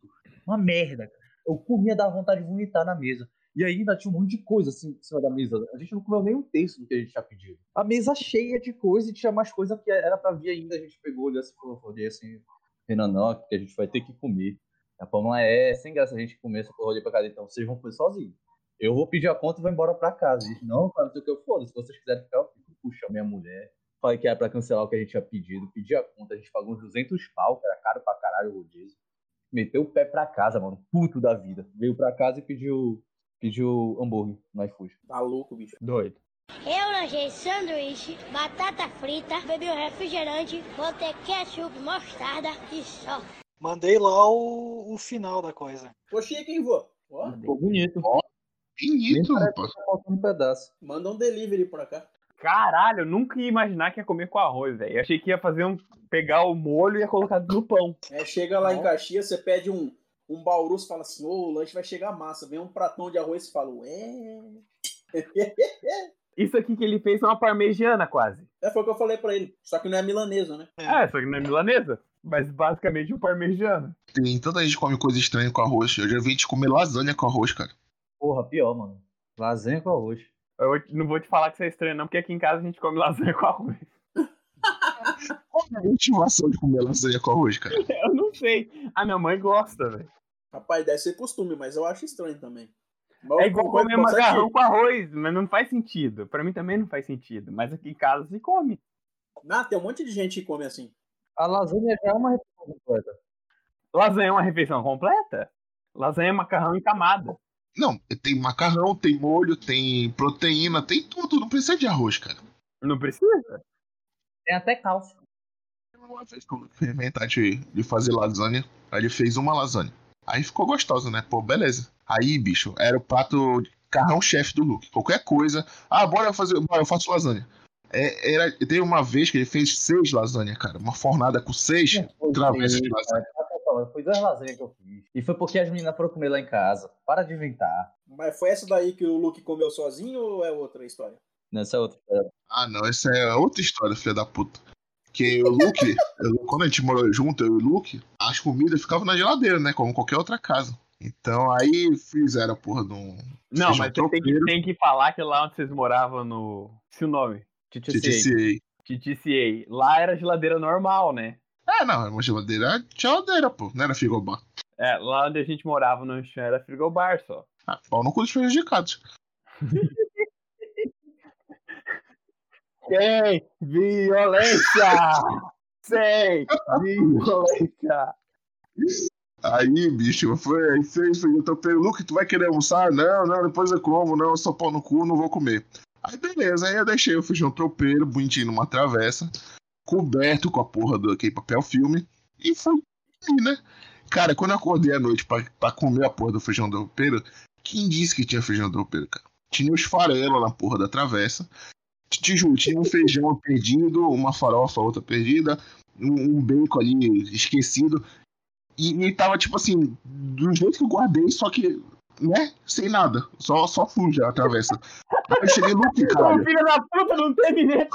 Speaker 3: Uma merda, cara. Eu comia, dava vontade de vomitar na mesa. E aí ainda tinha um monte de coisa assim em cima da mesa. A gente não comeu nem um terço do que a gente tinha pedido. A mesa cheia de coisa e tinha mais coisa que era pra vir ainda. A gente pegou, olhou assim, falou, olhei assim, Renan, não, que a gente vai ter que comer. A Pamela é sem graça a gente comer essa porra ali pra casa, então vocês vão comer sozinhos. Eu vou pedir a conta e vou embora pra casa. Eles, não, cara, não sei o que eu foda. Se vocês quiserem ficar, eu fico. Puxa, minha mulher. Falei que era pra cancelar o que a gente tinha pedido, pedi a conta, a gente pagou uns 200 pau, que era caro pra caralho o rodízio. Meteu o pé pra casa, mano, puto da vida. Veio pra casa e pediu, pediu hambúrguer no iFood.
Speaker 4: Tá louco, bicho.
Speaker 2: Doido.
Speaker 8: Eu lanchei sanduíche, batata frita, bebi um refrigerante, botei ketchup, mostarda e só.
Speaker 1: Mandei lá o, o final da coisa.
Speaker 4: Poxa, quem vou? Ó,
Speaker 2: Ficou bonito.
Speaker 5: Bonito, rapaz.
Speaker 3: Tá faltando um pedaço.
Speaker 4: manda um delivery pra cá.
Speaker 2: Caralho, eu nunca ia imaginar que ia comer com arroz, velho. Eu achei que ia fazer um. pegar o molho e ia colocar no pão.
Speaker 4: É, chega lá em Caxias, você pede um, um bauru, você fala assim, ô, o lanche vai chegar massa. Vem um pratão de arroz e fala, ué...
Speaker 2: Isso aqui que ele fez é uma parmegiana, quase.
Speaker 4: É, foi o que eu falei pra ele. Só que não é milanesa, né?
Speaker 2: É, só que não é milanesa. Mas basicamente um parmegiana.
Speaker 5: Tem tanta gente que come coisa estranha com arroz. Eu já vi gente comer lasanha com arroz, cara.
Speaker 3: Porra, pior, mano. Lasanha com arroz.
Speaker 2: Eu vou- não vou te falar que isso é estranho, não, porque aqui em casa a gente come lasanha com arroz.
Speaker 5: Qual é a motivação de comer lasanha com arroz, cara?
Speaker 2: Eu não sei. A minha mãe gosta, velho.
Speaker 4: Rapaz, deve ser costume, mas eu acho estranho também. Mas
Speaker 2: É
Speaker 4: eu
Speaker 2: igual
Speaker 4: concordo
Speaker 2: comer
Speaker 4: com você
Speaker 2: macarrão com arroz, mas não faz sentido. Pra mim também não faz sentido. Mas aqui em casa se come.
Speaker 4: que- Ah, tem um monte de gente que come assim.
Speaker 3: A lasanha já é uma refeição completa.
Speaker 2: Lasanha é uma refeição completa? Lasanha é macarrão em camada.
Speaker 5: Não, tem macarrão, tem molho, tem proteína, tem tudo. Não precisa de arroz, cara.
Speaker 2: Não precisa?
Speaker 3: Tem até cálcio.
Speaker 5: Uma vez que eu experimentar de, de fazer lasanha, aí ele fez uma lasanha. Aí ficou gostosa, né? Pô, beleza. Aí, bicho, era o prato de carrão-chefe do Luke. Qualquer coisa. Ah, bora fazer. Bora, eu faço lasanha. É, era, teve uma vez que ele fez seis lasanhas, cara. Uma fornada com seis
Speaker 3: É.
Speaker 5: travessas de
Speaker 3: Tá,
Speaker 5: lasanha.
Speaker 3: Foi duas lasanhas que eu fiz. E foi porque as meninas foram comer lá em casa. Para de inventar.
Speaker 4: Mas foi essa daí que o Luke comeu sozinho ou é outra história?
Speaker 3: Nessa outra.
Speaker 5: Ah, não, essa é outra história, filha da puta. Porque o Luke, eu- quando a gente morou junto, eu e o Luke, as comidas ficavam na geladeira, né? Como qualquer outra casa. Então aí fizeram a porra de um.
Speaker 2: Não, mas
Speaker 5: Feijão
Speaker 2: você tem que,
Speaker 5: tropeiro.
Speaker 2: tem que falar que lá onde vocês moravam no. Se o nome? TTCA.
Speaker 5: TTCA.
Speaker 2: TTCA. Lá era geladeira normal, né?
Speaker 5: É, não, era uma geladeira, era geladeira, pô. Né, Não era frigobar.
Speaker 2: É, lá onde a gente morava no chão era frigobar só.
Speaker 5: Ah, pau no cu dos prejudicados.
Speaker 2: Sem violência! Sem violência!
Speaker 5: Aí, bicho, foi, fez, fez, eu topei, Luke, tu vai querer almoçar? Não, não, depois eu como, não, eu sou pau no cu, não vou comer. Aí, beleza, aí eu deixei o feijão tropeiro, bonitinho numa travessa, coberto com a porra do aquele papel filme, e fui, dormir, né? Cara, quando eu acordei à noite pra, pra comer a porra do feijão tropeiro, quem disse que tinha feijão tropeiro, cara? Tinha os farelos na porra da travessa, te juro, tinha um feijão perdido, uma farofa, outra perdida, um, um bacon ali esquecido, e, e tava tipo assim, do jeito que eu guardei, só que né? Sem nada. Só, só fuja a travessa. Aí eu cheguei, Luke,
Speaker 2: Ô,
Speaker 5: caralho.
Speaker 2: filho da puta, não teve nem,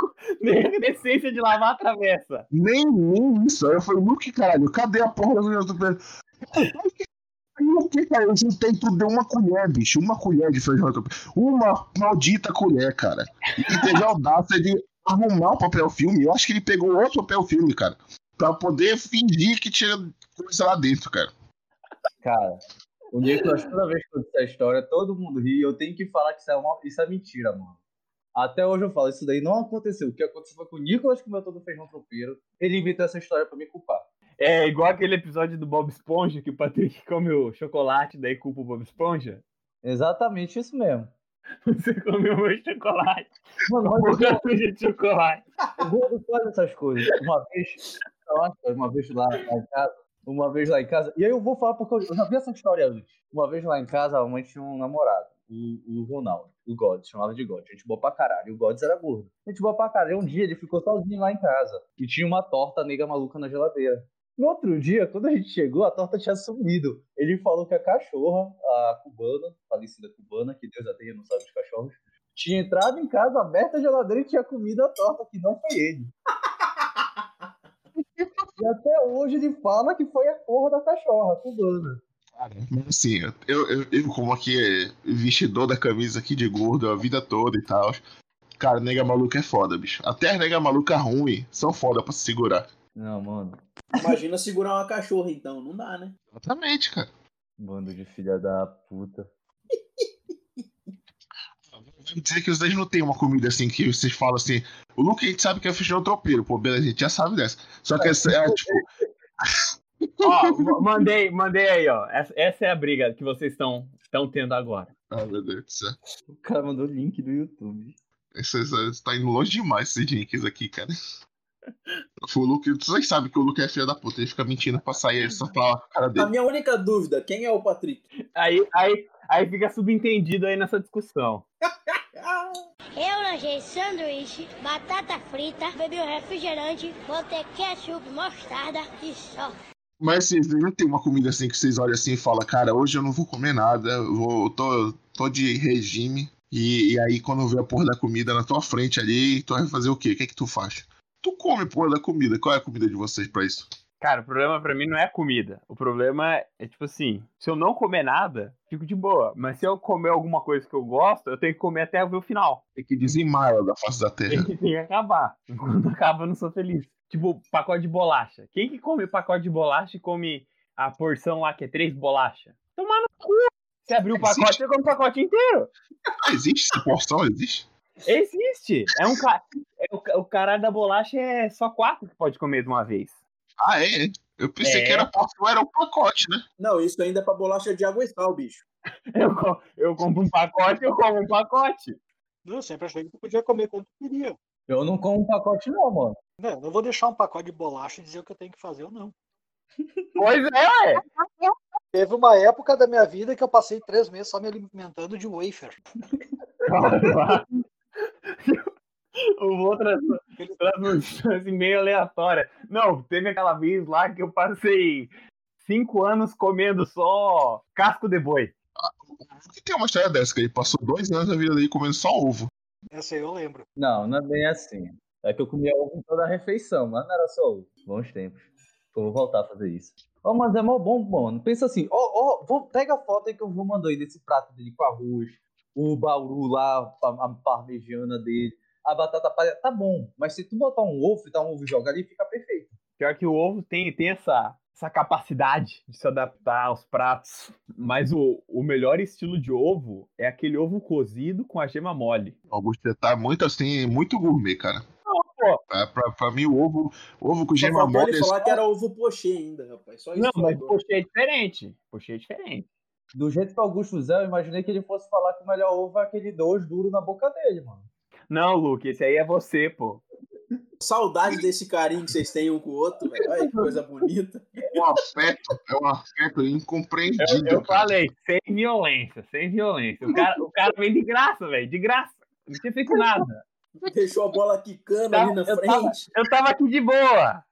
Speaker 2: nem a decência de lavar a travessa.
Speaker 5: Nem, nem isso. Aí eu falei, Luke, caralho, cadê a porra das unhas do pé? Luke, cara, é? eu juntei tudo, deu uma colher, bicho. Uma colher de feijão. tropeiro. Uma maldita colher, cara. E teve a audácia de arrumar o papel filme. Eu acho que ele pegou outro papel filme, cara. Pra poder fingir que tinha coisa lá dentro, cara.
Speaker 3: Cara, o Nicolas, toda vez Um que eu disser a história, todo mundo ri. Eu tenho que falar que isso é, uma, isso é mentira, mano. Até hoje eu falo, isso daí não aconteceu. O que aconteceu foi que o Nicolas comeu todo o feijão tropeiro. Ele inventou essa história pra me culpar.
Speaker 2: É igual aquele episódio do Bob Esponja que o Patrick comeu chocolate, daí culpa o Bob Esponja.
Speaker 3: Exatamente isso mesmo.
Speaker 2: Você comeu meu chocolate,
Speaker 3: Mano,
Speaker 2: o
Speaker 3: olha,
Speaker 2: de chocolate.
Speaker 3: o gordo faz essas coisas. Uma vez, uma vez lá, lá em casa, uma vez lá em casa, e aí eu vou falar porque eu já vi essa história antes. Uma vez lá em casa, a mãe tinha um namorado, o, o Ronaldo, o Gods, chamava de Gods, gente boa pra caralho, e o Gods era gordo. Gente boa pra caralho, um dia ele ficou sozinho lá em casa, e tinha uma torta nega maluca na geladeira. No outro dia, quando a gente chegou, a torta tinha sumido. Ele falou que a cachorra, a cubana, falecida cubana, que Deus a tenha, não sabe os cachorros, tinha entrado em casa, aberta a geladeira e tinha comido a torta, que não foi ele. e até hoje ele fala que foi a porra da cachorra, cubana.
Speaker 5: Mas assim, eu, eu, eu como aqui é vestidor da camisa aqui de gordo a vida toda e tal. Cara, nega maluca é foda, bicho. Até as nega maluca ruim são foda pra se segurar.
Speaker 3: Não, mano.
Speaker 4: Imagina segurar uma cachorra, então. Não dá, né?
Speaker 5: Exatamente, cara.
Speaker 3: Bando de filha da puta.
Speaker 5: Vai me dizer que vocês não têm uma comida assim que vocês falam assim. O Luke a gente sabe que é feijão tropeiro, pô, beleza, a gente já sabe dessa. Só que essa é tipo.
Speaker 2: Ó, ma- mandei, mandei aí, ó. Essa, essa é a briga que vocês estão estão tendo agora.
Speaker 5: Ah, meu Deus do céu.
Speaker 3: O cara mandou o link do YouTube.
Speaker 5: Isso, isso, isso tá indo longe demais esses links aqui, cara. O Luke, vocês sabem que o Luke é filho da puta, ele fica mentindo pra sair só pra cara dele.
Speaker 4: A minha única dúvida, quem é o Patrick?
Speaker 2: Aí, aí, aí fica subentendido aí nessa discussão.
Speaker 4: Ah,
Speaker 8: Eu lanchei sanduíche, batata frita, bebi um refrigerante, botei ketchup, mostarda e só.
Speaker 5: Mas assim, vocês não tem uma comida assim que vocês olham assim e falam, cara, hoje eu não vou comer nada, eu vou, eu tô, tô de regime. E, e aí, quando vê a porra da comida na tua frente ali, tu vai fazer o quê? O que é que tu faz? Tu come porra da comida. Qual é a comida de vocês pra isso?
Speaker 2: Cara, o problema pra mim não é a comida. O problema é, tipo assim, se eu não comer nada, fico de boa. Mas se eu comer alguma coisa que eu gosto, eu tenho que comer até ver o final.
Speaker 5: Tem que dizimar ela da face da
Speaker 2: Tem
Speaker 5: terra.
Speaker 2: que, tem que acabar. Quando acaba, eu não sou feliz. Tipo, pacote de bolacha. Quem que come pacote de bolacha e come a porção lá que é três bolachas? Tomar no cu! Você abriu o pacote, você come o pacote inteiro.
Speaker 5: Ah, existe essa porção? Existe?
Speaker 2: Existe! É um ca... é o, ca- o caralho da bolacha é só quatro que pode comer de uma vez.
Speaker 5: Ah, é? é. Eu pensei
Speaker 2: É.
Speaker 5: que era porção, era um pacote, né?
Speaker 4: Não, isso ainda é pra bolacha de água e sal, bicho.
Speaker 2: Eu, co- eu compro um pacote, eu como um pacote.
Speaker 1: Não, eu sempre achei que tu podia comer quanto tu queria.
Speaker 3: Eu não como um pacote, não, mano.
Speaker 1: Não, eu não vou deixar um pacote de bolacha e dizer o que eu tenho que fazer ou não.
Speaker 2: Pois é, ué.
Speaker 1: Teve uma época da minha vida que eu passei três meses só me alimentando de wafer.
Speaker 2: Eu vou trazer assim, meio aleatória. Não, teve aquela vez lá que eu passei cinco anos comendo só casco de boi.
Speaker 5: Porque tem uma história dessa, que ele passou dois anos da vida dele comendo só ovo.
Speaker 1: Essa aí eu lembro.
Speaker 3: Não, não é bem assim. É que eu comia ovo em toda a refeição, mas não era só ovo. Bons tempos. Eu vou voltar a fazer isso. Ó, mas é mó bom, mano. Pensa assim, ó, ó, vou, pega a foto aí que eu vou mandar aí desse prato dele com arroz, o bauru lá, a, a parmegiana dele, a batata palha. Tá bom, mas se tu botar um ovo e dar um ovo e jogar ali, fica perfeito.
Speaker 2: Pior que o ovo tem, tem essa, essa capacidade de se adaptar aos pratos. Mas o, o melhor estilo de ovo é aquele ovo cozido com a gema mole.
Speaker 5: O Augusto já tá muito assim, muito gourmet, cara.
Speaker 2: pô.
Speaker 5: Pra, pra, pra mim, o ovo, ovo com
Speaker 4: Só
Speaker 5: gema
Speaker 4: faltou
Speaker 5: mole
Speaker 4: ele
Speaker 5: é
Speaker 4: falar que era ovo pochê ainda, rapaz. Só isso.
Speaker 2: Não, mas
Speaker 4: faltou.
Speaker 2: poxa, é diferente. Poxa, é diferente.
Speaker 3: Do jeito que o Augusto Zé, eu imaginei que ele fosse falar que o melhor ovo é aquele dois duro na boca dele, mano.
Speaker 2: Não, Luke, esse aí é você, pô.
Speaker 4: Saudade desse carinho que vocês têm um com o outro, velho. Olha que coisa bonita.
Speaker 5: um afeto, é um afeto incompreendido.
Speaker 2: Eu
Speaker 5: cara.
Speaker 2: falei, sem violência, sem violência. O cara, o cara vem de graça, velho, de graça. Não tinha feito nada.
Speaker 4: Deixou a bola quicando ali na
Speaker 2: Tá, Eu tava,
Speaker 4: frente.
Speaker 2: eu tava aqui de boa.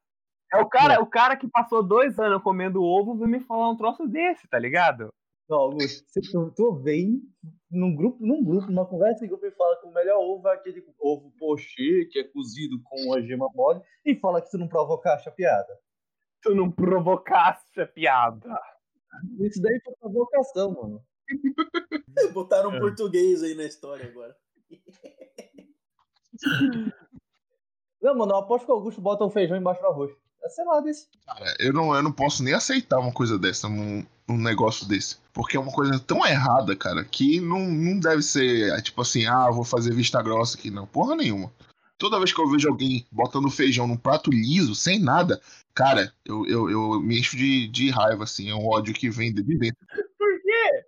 Speaker 2: É o cara, o cara que passou dois anos comendo ovo veio me falar um troço desse, tá ligado?
Speaker 3: Não, Augusto, se tu, tu vem num grupo, num grupo, numa conversa em grupo e fala que o melhor ovo é aquele ovo pochê, que é cozido com a gema mole, e fala que tu não provoca a piada.
Speaker 2: Tu não provocasse a piada.
Speaker 3: Isso daí foi provocação, mano.
Speaker 4: Botaram um
Speaker 2: É.
Speaker 4: português aí na história agora.
Speaker 3: Não, mano, eu aposto que o Augusto bota um feijão embaixo do arroz. É, Sei lá, desse.
Speaker 5: Cara, eu não, eu não posso nem aceitar uma coisa dessa, um, um negócio desse. Porque é uma coisa tão errada, cara, que não, não deve ser é, tipo assim, ah, vou fazer vista grossa aqui, não. Porra nenhuma. Toda vez que eu vejo alguém botando feijão num prato liso, sem nada, cara, eu, eu, eu me encho de, de raiva, assim, é um ódio que vem de dentro.
Speaker 2: Por quê?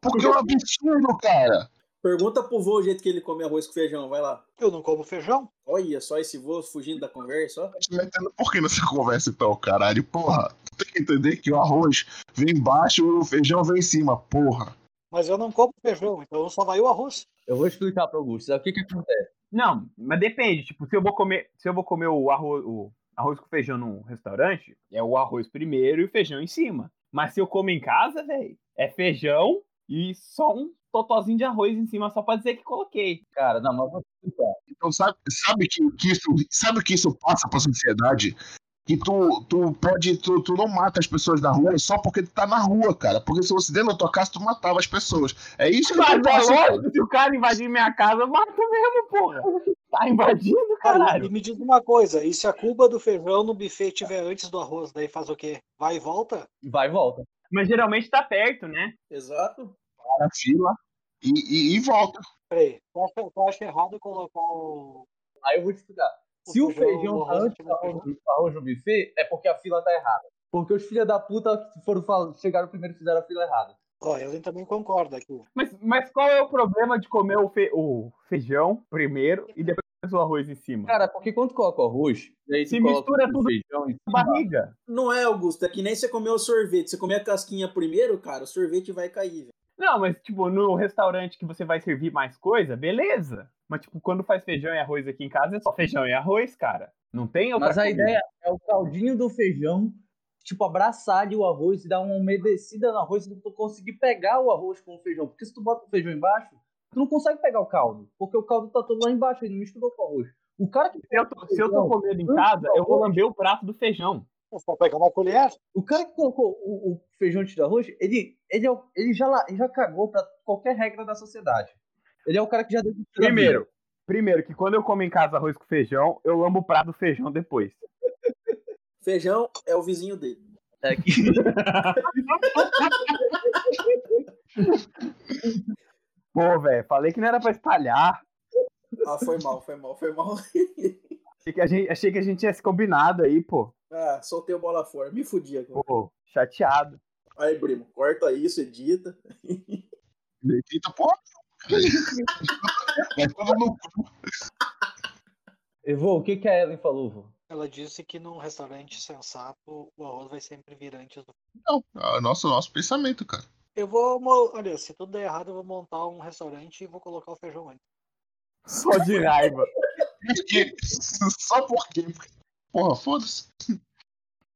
Speaker 5: Porque é um absurdo, cara!
Speaker 4: Pergunta pro vô o jeito que ele come arroz com feijão, vai lá.
Speaker 1: Eu não como feijão.
Speaker 4: Olha só esse vô fugindo da conversa, ó.
Speaker 5: te metendo por que nessa conversa então, caralho? Porra, tu tem que entender que o arroz vem embaixo e o feijão vem em cima, porra.
Speaker 1: Mas eu não como feijão, então só vai o arroz.
Speaker 3: Eu vou explicar pro Augusto. Sabe o que que acontece?
Speaker 2: Não, mas depende. Tipo, se eu vou comer, se eu vou comer o arroz, o arroz com feijão num restaurante, é o arroz primeiro e o feijão em cima. Mas se eu como em casa, velho, é feijão e só um totozinho de arroz em cima só pra dizer que coloquei.
Speaker 3: Cara, não, mas eu vou explicar.
Speaker 5: Então sabe, sabe que, que isso, sabe que isso passa pra sociedade? Que tu, tu pode, tu, tu não mata as pessoas na rua só porque tu tá na rua, cara. Porque se fosse dentro da tua casa, tu matava as pessoas. É isso que
Speaker 2: Mas é
Speaker 5: acontece, cara.
Speaker 2: lógico, se o cara invadir minha casa, eu mato mesmo, porra. Tá invadindo,
Speaker 1: Cara,
Speaker 2: caralho.
Speaker 1: e me diz uma coisa, e se a cuba do feijão no buffet tiver antes do arroz, daí faz o quê? Vai e volta?
Speaker 3: Vai e volta.
Speaker 2: Mas geralmente tá perto, né?
Speaker 4: Exato.
Speaker 5: Para a fila e, e, e volta.
Speaker 1: Peraí, tu acha, tu acha errado colocar o...
Speaker 3: Aí eu vou te explicar.
Speaker 1: O
Speaker 3: Se o
Speaker 1: feijão, o
Speaker 3: feijão tá
Speaker 1: arroz
Speaker 3: antes
Speaker 1: não
Speaker 3: do
Speaker 1: tinha
Speaker 3: arroz, do arroz no buffet, é porque a fila tá errada. Porque os filha da puta que foram fal- chegaram primeiro e fizeram a fila errada.
Speaker 1: Ó, eu também concordo aqui.
Speaker 2: Mas, mas qual é o problema de comer o, fe- o feijão primeiro e depois o arroz em cima?
Speaker 3: Cara, porque quando tu coloca o arroz, e aí tu
Speaker 2: Se
Speaker 3: coloca
Speaker 2: mistura
Speaker 3: o
Speaker 2: tudo.
Speaker 3: feijão e
Speaker 2: Barriga.
Speaker 4: Não é, Augusto, é que nem você comer o sorvete. Você comer a casquinha primeiro, cara, o sorvete vai cair, velho.
Speaker 2: Não, mas tipo, no restaurante que você vai servir mais coisa, beleza. Mas tipo, quando faz feijão e arroz aqui em casa, é só feijão e arroz, cara. Não tem outra
Speaker 3: Mas a
Speaker 2: comida.
Speaker 3: ideia é o caldinho do feijão, tipo, abraçar ali o arroz e dar uma umedecida no arroz e tu conseguir pegar o arroz com o feijão. Porque se tu bota o feijão embaixo, tu não consegue pegar o caldo. Porque o caldo tá todo lá embaixo, ele não misturou com o arroz. O cara que
Speaker 2: Se eu, tô, se eu tô
Speaker 3: Feijão.
Speaker 2: comendo em casa, eu vou lamber o prato do feijão.
Speaker 1: É só pegar uma colher.
Speaker 3: O cara que colocou o, o feijão antes do arroz, ele, ele, é o- ele já, la- ele já cagou pra qualquer regra da sociedade. Ele é o cara que já deu tudo na vida.
Speaker 2: Primeiro, primeiro que quando eu como em casa arroz com feijão, eu lambo o prato do feijão depois.
Speaker 4: Feijão é o vizinho dele.
Speaker 3: É que-
Speaker 2: Pô, velho, falei que não era pra espalhar.
Speaker 4: Ah, foi mal, foi mal, foi mal.
Speaker 2: Achei que a gente, achei que a gente tinha se combinado aí, pô.
Speaker 4: ah, soltei o bola fora. Me fudi agora.
Speaker 2: Pô, chateado.
Speaker 4: Aí, primo, corta isso, edita.
Speaker 5: Eita, tá porra. Vai todo no cu.
Speaker 3: Evô, o que, que a Ellen falou, vô?
Speaker 1: Ela disse que num restaurante sensato, o arroz vai sempre vir antes do...
Speaker 5: Não, é o nosso, nosso pensamento, cara.
Speaker 1: Eu vou... mo- Olha, se tudo der errado, eu vou montar um restaurante e vou colocar o feijão antes.
Speaker 2: Só de raiva.
Speaker 5: Por quê? Só por quê? Porra, foda-se.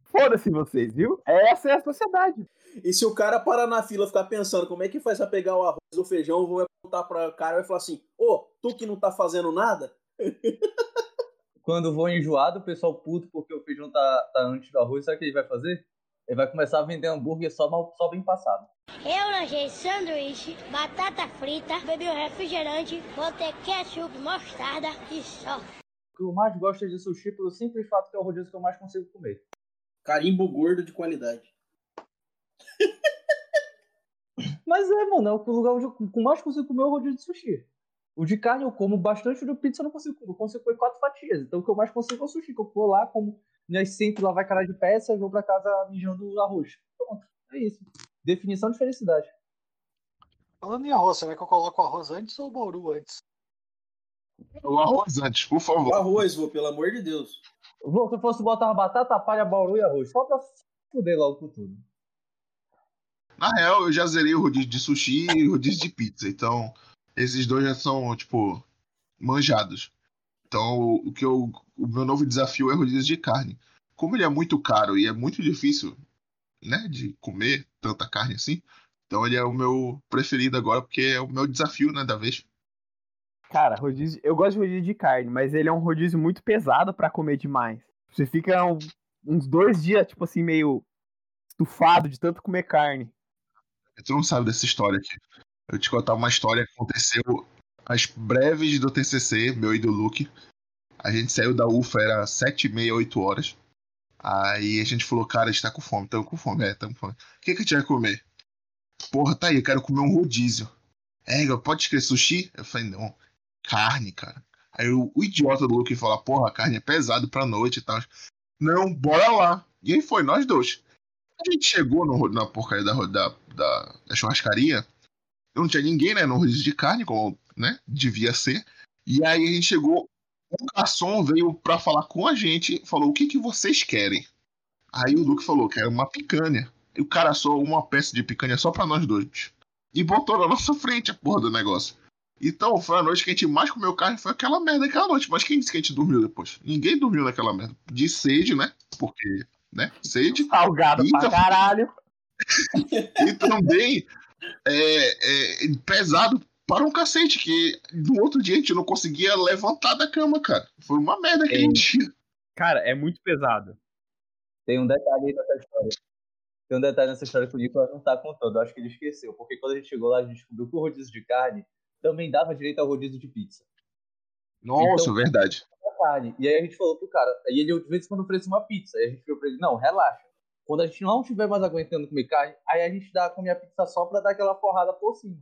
Speaker 2: Foda-se vocês, viu? Essa é a sociedade.
Speaker 4: E se o cara parar na fila e ficar pensando como é que faz pra pegar o arroz ou o feijão, vou apontar pra cara e vai falar assim: Ô, tu que não tá fazendo nada?
Speaker 3: Quando vou enjoado, o pessoal puto porque o feijão tá, tá antes do arroz, sabe o que ele vai fazer? Ele vai começar a vender hambúrguer só, mal- só bem passado.
Speaker 8: Eu lanchei sanduíche, batata frita, bebi um refrigerante, botei ketchup, mostarda e só.
Speaker 3: O que eu mais gosto é de sushi pelo simples fato que é o rodízio que eu mais consigo comer.
Speaker 4: Carimbo gordo de qualidade.
Speaker 3: Mas é, mano, é o lugar onde eu com- mais consigo comer é o rodízio de sushi. O de carne eu como bastante, o de pizza eu não consigo comer. Eu consigo comer quatro fatias. Então o que eu mais consigo é o sushi, que eu vou lá, como minhas sempre lá vai cara de peça e vou pra casa mijando arroz. Pronto, é isso. Definição de felicidade.
Speaker 1: Falando em arroz, será que eu coloco o arroz antes ou o bauru antes?
Speaker 5: O arroz antes, por
Speaker 4: O
Speaker 5: favor.
Speaker 4: arroz, vô, pelo amor de Deus.
Speaker 3: Vou, se eu fosse botar batata, palha, bauru e arroz, só pra fuder logo com tudo.
Speaker 5: Na real, eu já zerei o rodízio de sushi e o rodízio de pizza. Então, esses dois já são, tipo, manjados. Então, o que eu, o meu novo desafio é rodízio de carne. Como ele é muito caro e é muito difícil, né, de comer tanta carne assim, Então ele é o meu preferido agora, porque é o meu desafio, né, da vez.
Speaker 2: Cara, rodízio, eu gosto de rodízio de carne, mas ele é um rodízio muito pesado pra comer demais. Você fica um- uns dois dias, tipo assim, meio estufado de tanto comer carne.
Speaker 5: Tu não sabe dessa história aqui. Eu te contar uma história que aconteceu às breves do TCC, meu e do Luke. A gente saiu da UFA, era sete e meia, oito horas. Aí a gente falou, cara, a gente tá com fome, tamo com fome, é, tamo com fome. O que que a gente vai comer? Porra, tá aí, eu quero comer um rodízio. É, Igor, pode escrever sushi? Eu falei, não, carne, cara. Aí o, o idiota do Luke fala, porra, carne é pesado pra noite e tal. Não, bora lá. E aí foi, nós dois. A gente chegou no- na porcaria da, ro- da, da- da churrascaria, não tinha ninguém, né? No rodízio de carne, como né, devia ser. E aí a gente chegou, um garçom veio pra falar com a gente, falou: o que, que vocês querem? Aí o Luke falou: quero uma picanha. E o cara só uma peça de picanha só pra nós dois. bicho. E botou na nossa frente a porra do negócio. Então, foi a noite que a gente mais comeu carne, foi aquela merda aquela noite. Mas quem disse que a gente dormiu depois? Ninguém dormiu naquela merda. De sede, né? Porque, né? Sede.
Speaker 2: Salgado
Speaker 5: Eita.
Speaker 2: pra caralho.
Speaker 5: E também é, é, pesado para um cacete, que no outro dia a gente não conseguia levantar da cama, cara. Foi uma merda que a gente tinha.
Speaker 2: Cara, é muito pesado.
Speaker 3: Tem um detalhe aí nessa história. Tem um detalhe nessa história que o Nicolas não tá contando. Eu acho que ele esqueceu. Porque quando a gente chegou lá, a gente descobriu que o rodízio de carne também dava direito ao rodízio de pizza.
Speaker 5: Nossa,
Speaker 3: Então-
Speaker 5: verdade.
Speaker 3: Da carne. E aí a gente falou pro cara. E ele, de vez em quando, oferecia uma pizza. E a gente falou pra ele: não, relaxa. Quando a gente não estiver mais aguentando comer carne, aí a gente dá comer a pizza só pra dar aquela forrada por cima.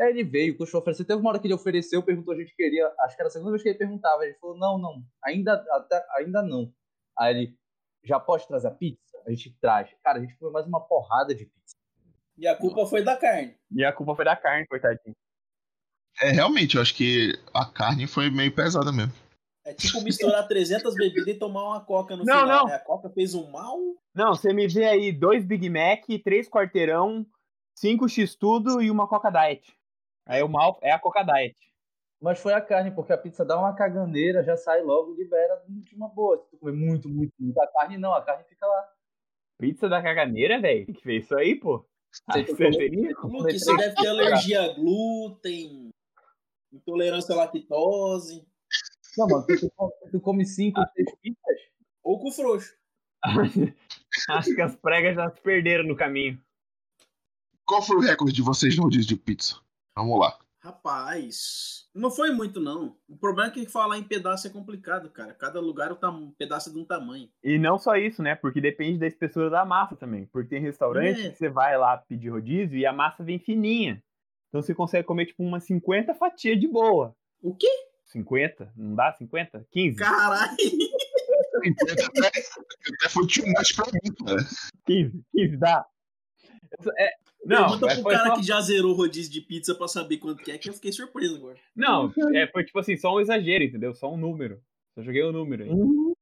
Speaker 3: Aí ele veio, começou a oferecer. Teve uma hora que ele ofereceu, perguntou a gente queria. Acho que era a segunda vez que ele perguntava. A gente falou: não, não, ainda, até- ainda não. Aí ele: já pode trazer a pizza? A gente traz. Cara, a gente comeu mais uma porrada de pizza.
Speaker 4: E a culpa foi da carne.
Speaker 2: E a culpa foi da carne, coitadinho.
Speaker 5: É, realmente, eu acho que a carne foi meio pesada mesmo.
Speaker 4: É tipo misturar 300 bebidas e tomar uma coca no
Speaker 2: Não,
Speaker 4: final.
Speaker 2: não.
Speaker 4: né? A coca fez um mal.
Speaker 2: Não, você me vê aí dois Big Mac, três quarteirão, cinco X-Tudo e uma Coca Diet. Aí o mal é a Coca Diet.
Speaker 3: Mas foi a carne, porque a pizza dá uma caganeira, já sai logo, libera de uma boa. Se tu comer muito, muito, muito. A carne não, a carne fica lá.
Speaker 2: Pizza da caganeira, velho. Tem que ver isso aí, pô. Ah,
Speaker 3: Você
Speaker 2: você
Speaker 3: comeu-
Speaker 2: seria?
Speaker 4: Luke, você deve ter alergia a glúten, intolerância à lactose.
Speaker 3: Não, mano, tu, come- tu come cinco, seis pizzas,
Speaker 4: Ou com frouxo.
Speaker 2: Acho que as pregas já se perderam no caminho.
Speaker 5: Qual foi o recorde de vocês no rodízio de pizza? Vamos lá.
Speaker 4: Rapaz, não foi muito, não. O problema é que falar em pedaço é complicado, cara. Cada lugar é um tam- um pedaço de um tamanho.
Speaker 2: E não só isso, né? Porque depende da espessura da massa também. Porque tem restaurante
Speaker 4: É.
Speaker 2: que você vai lá pedir rodízio e a massa vem fininha. Então você consegue comer, tipo, umas 50 fatias de boa.
Speaker 4: O quê?
Speaker 2: 50? Não dá? 50? 15?
Speaker 4: Caralho!
Speaker 5: Até, até foi too much pra mim, cara.
Speaker 2: 15, 15 dá. É, não,
Speaker 4: Pergunta
Speaker 2: é,
Speaker 4: pro
Speaker 2: foi
Speaker 4: cara
Speaker 2: só-
Speaker 4: que já zerou o rodízio de pizza pra saber quanto que é, que eu fiquei surpreso agora.
Speaker 2: não é, foi tipo assim, só um exagero, entendeu? Só um número. Só joguei o um número aí.
Speaker 4: Hum.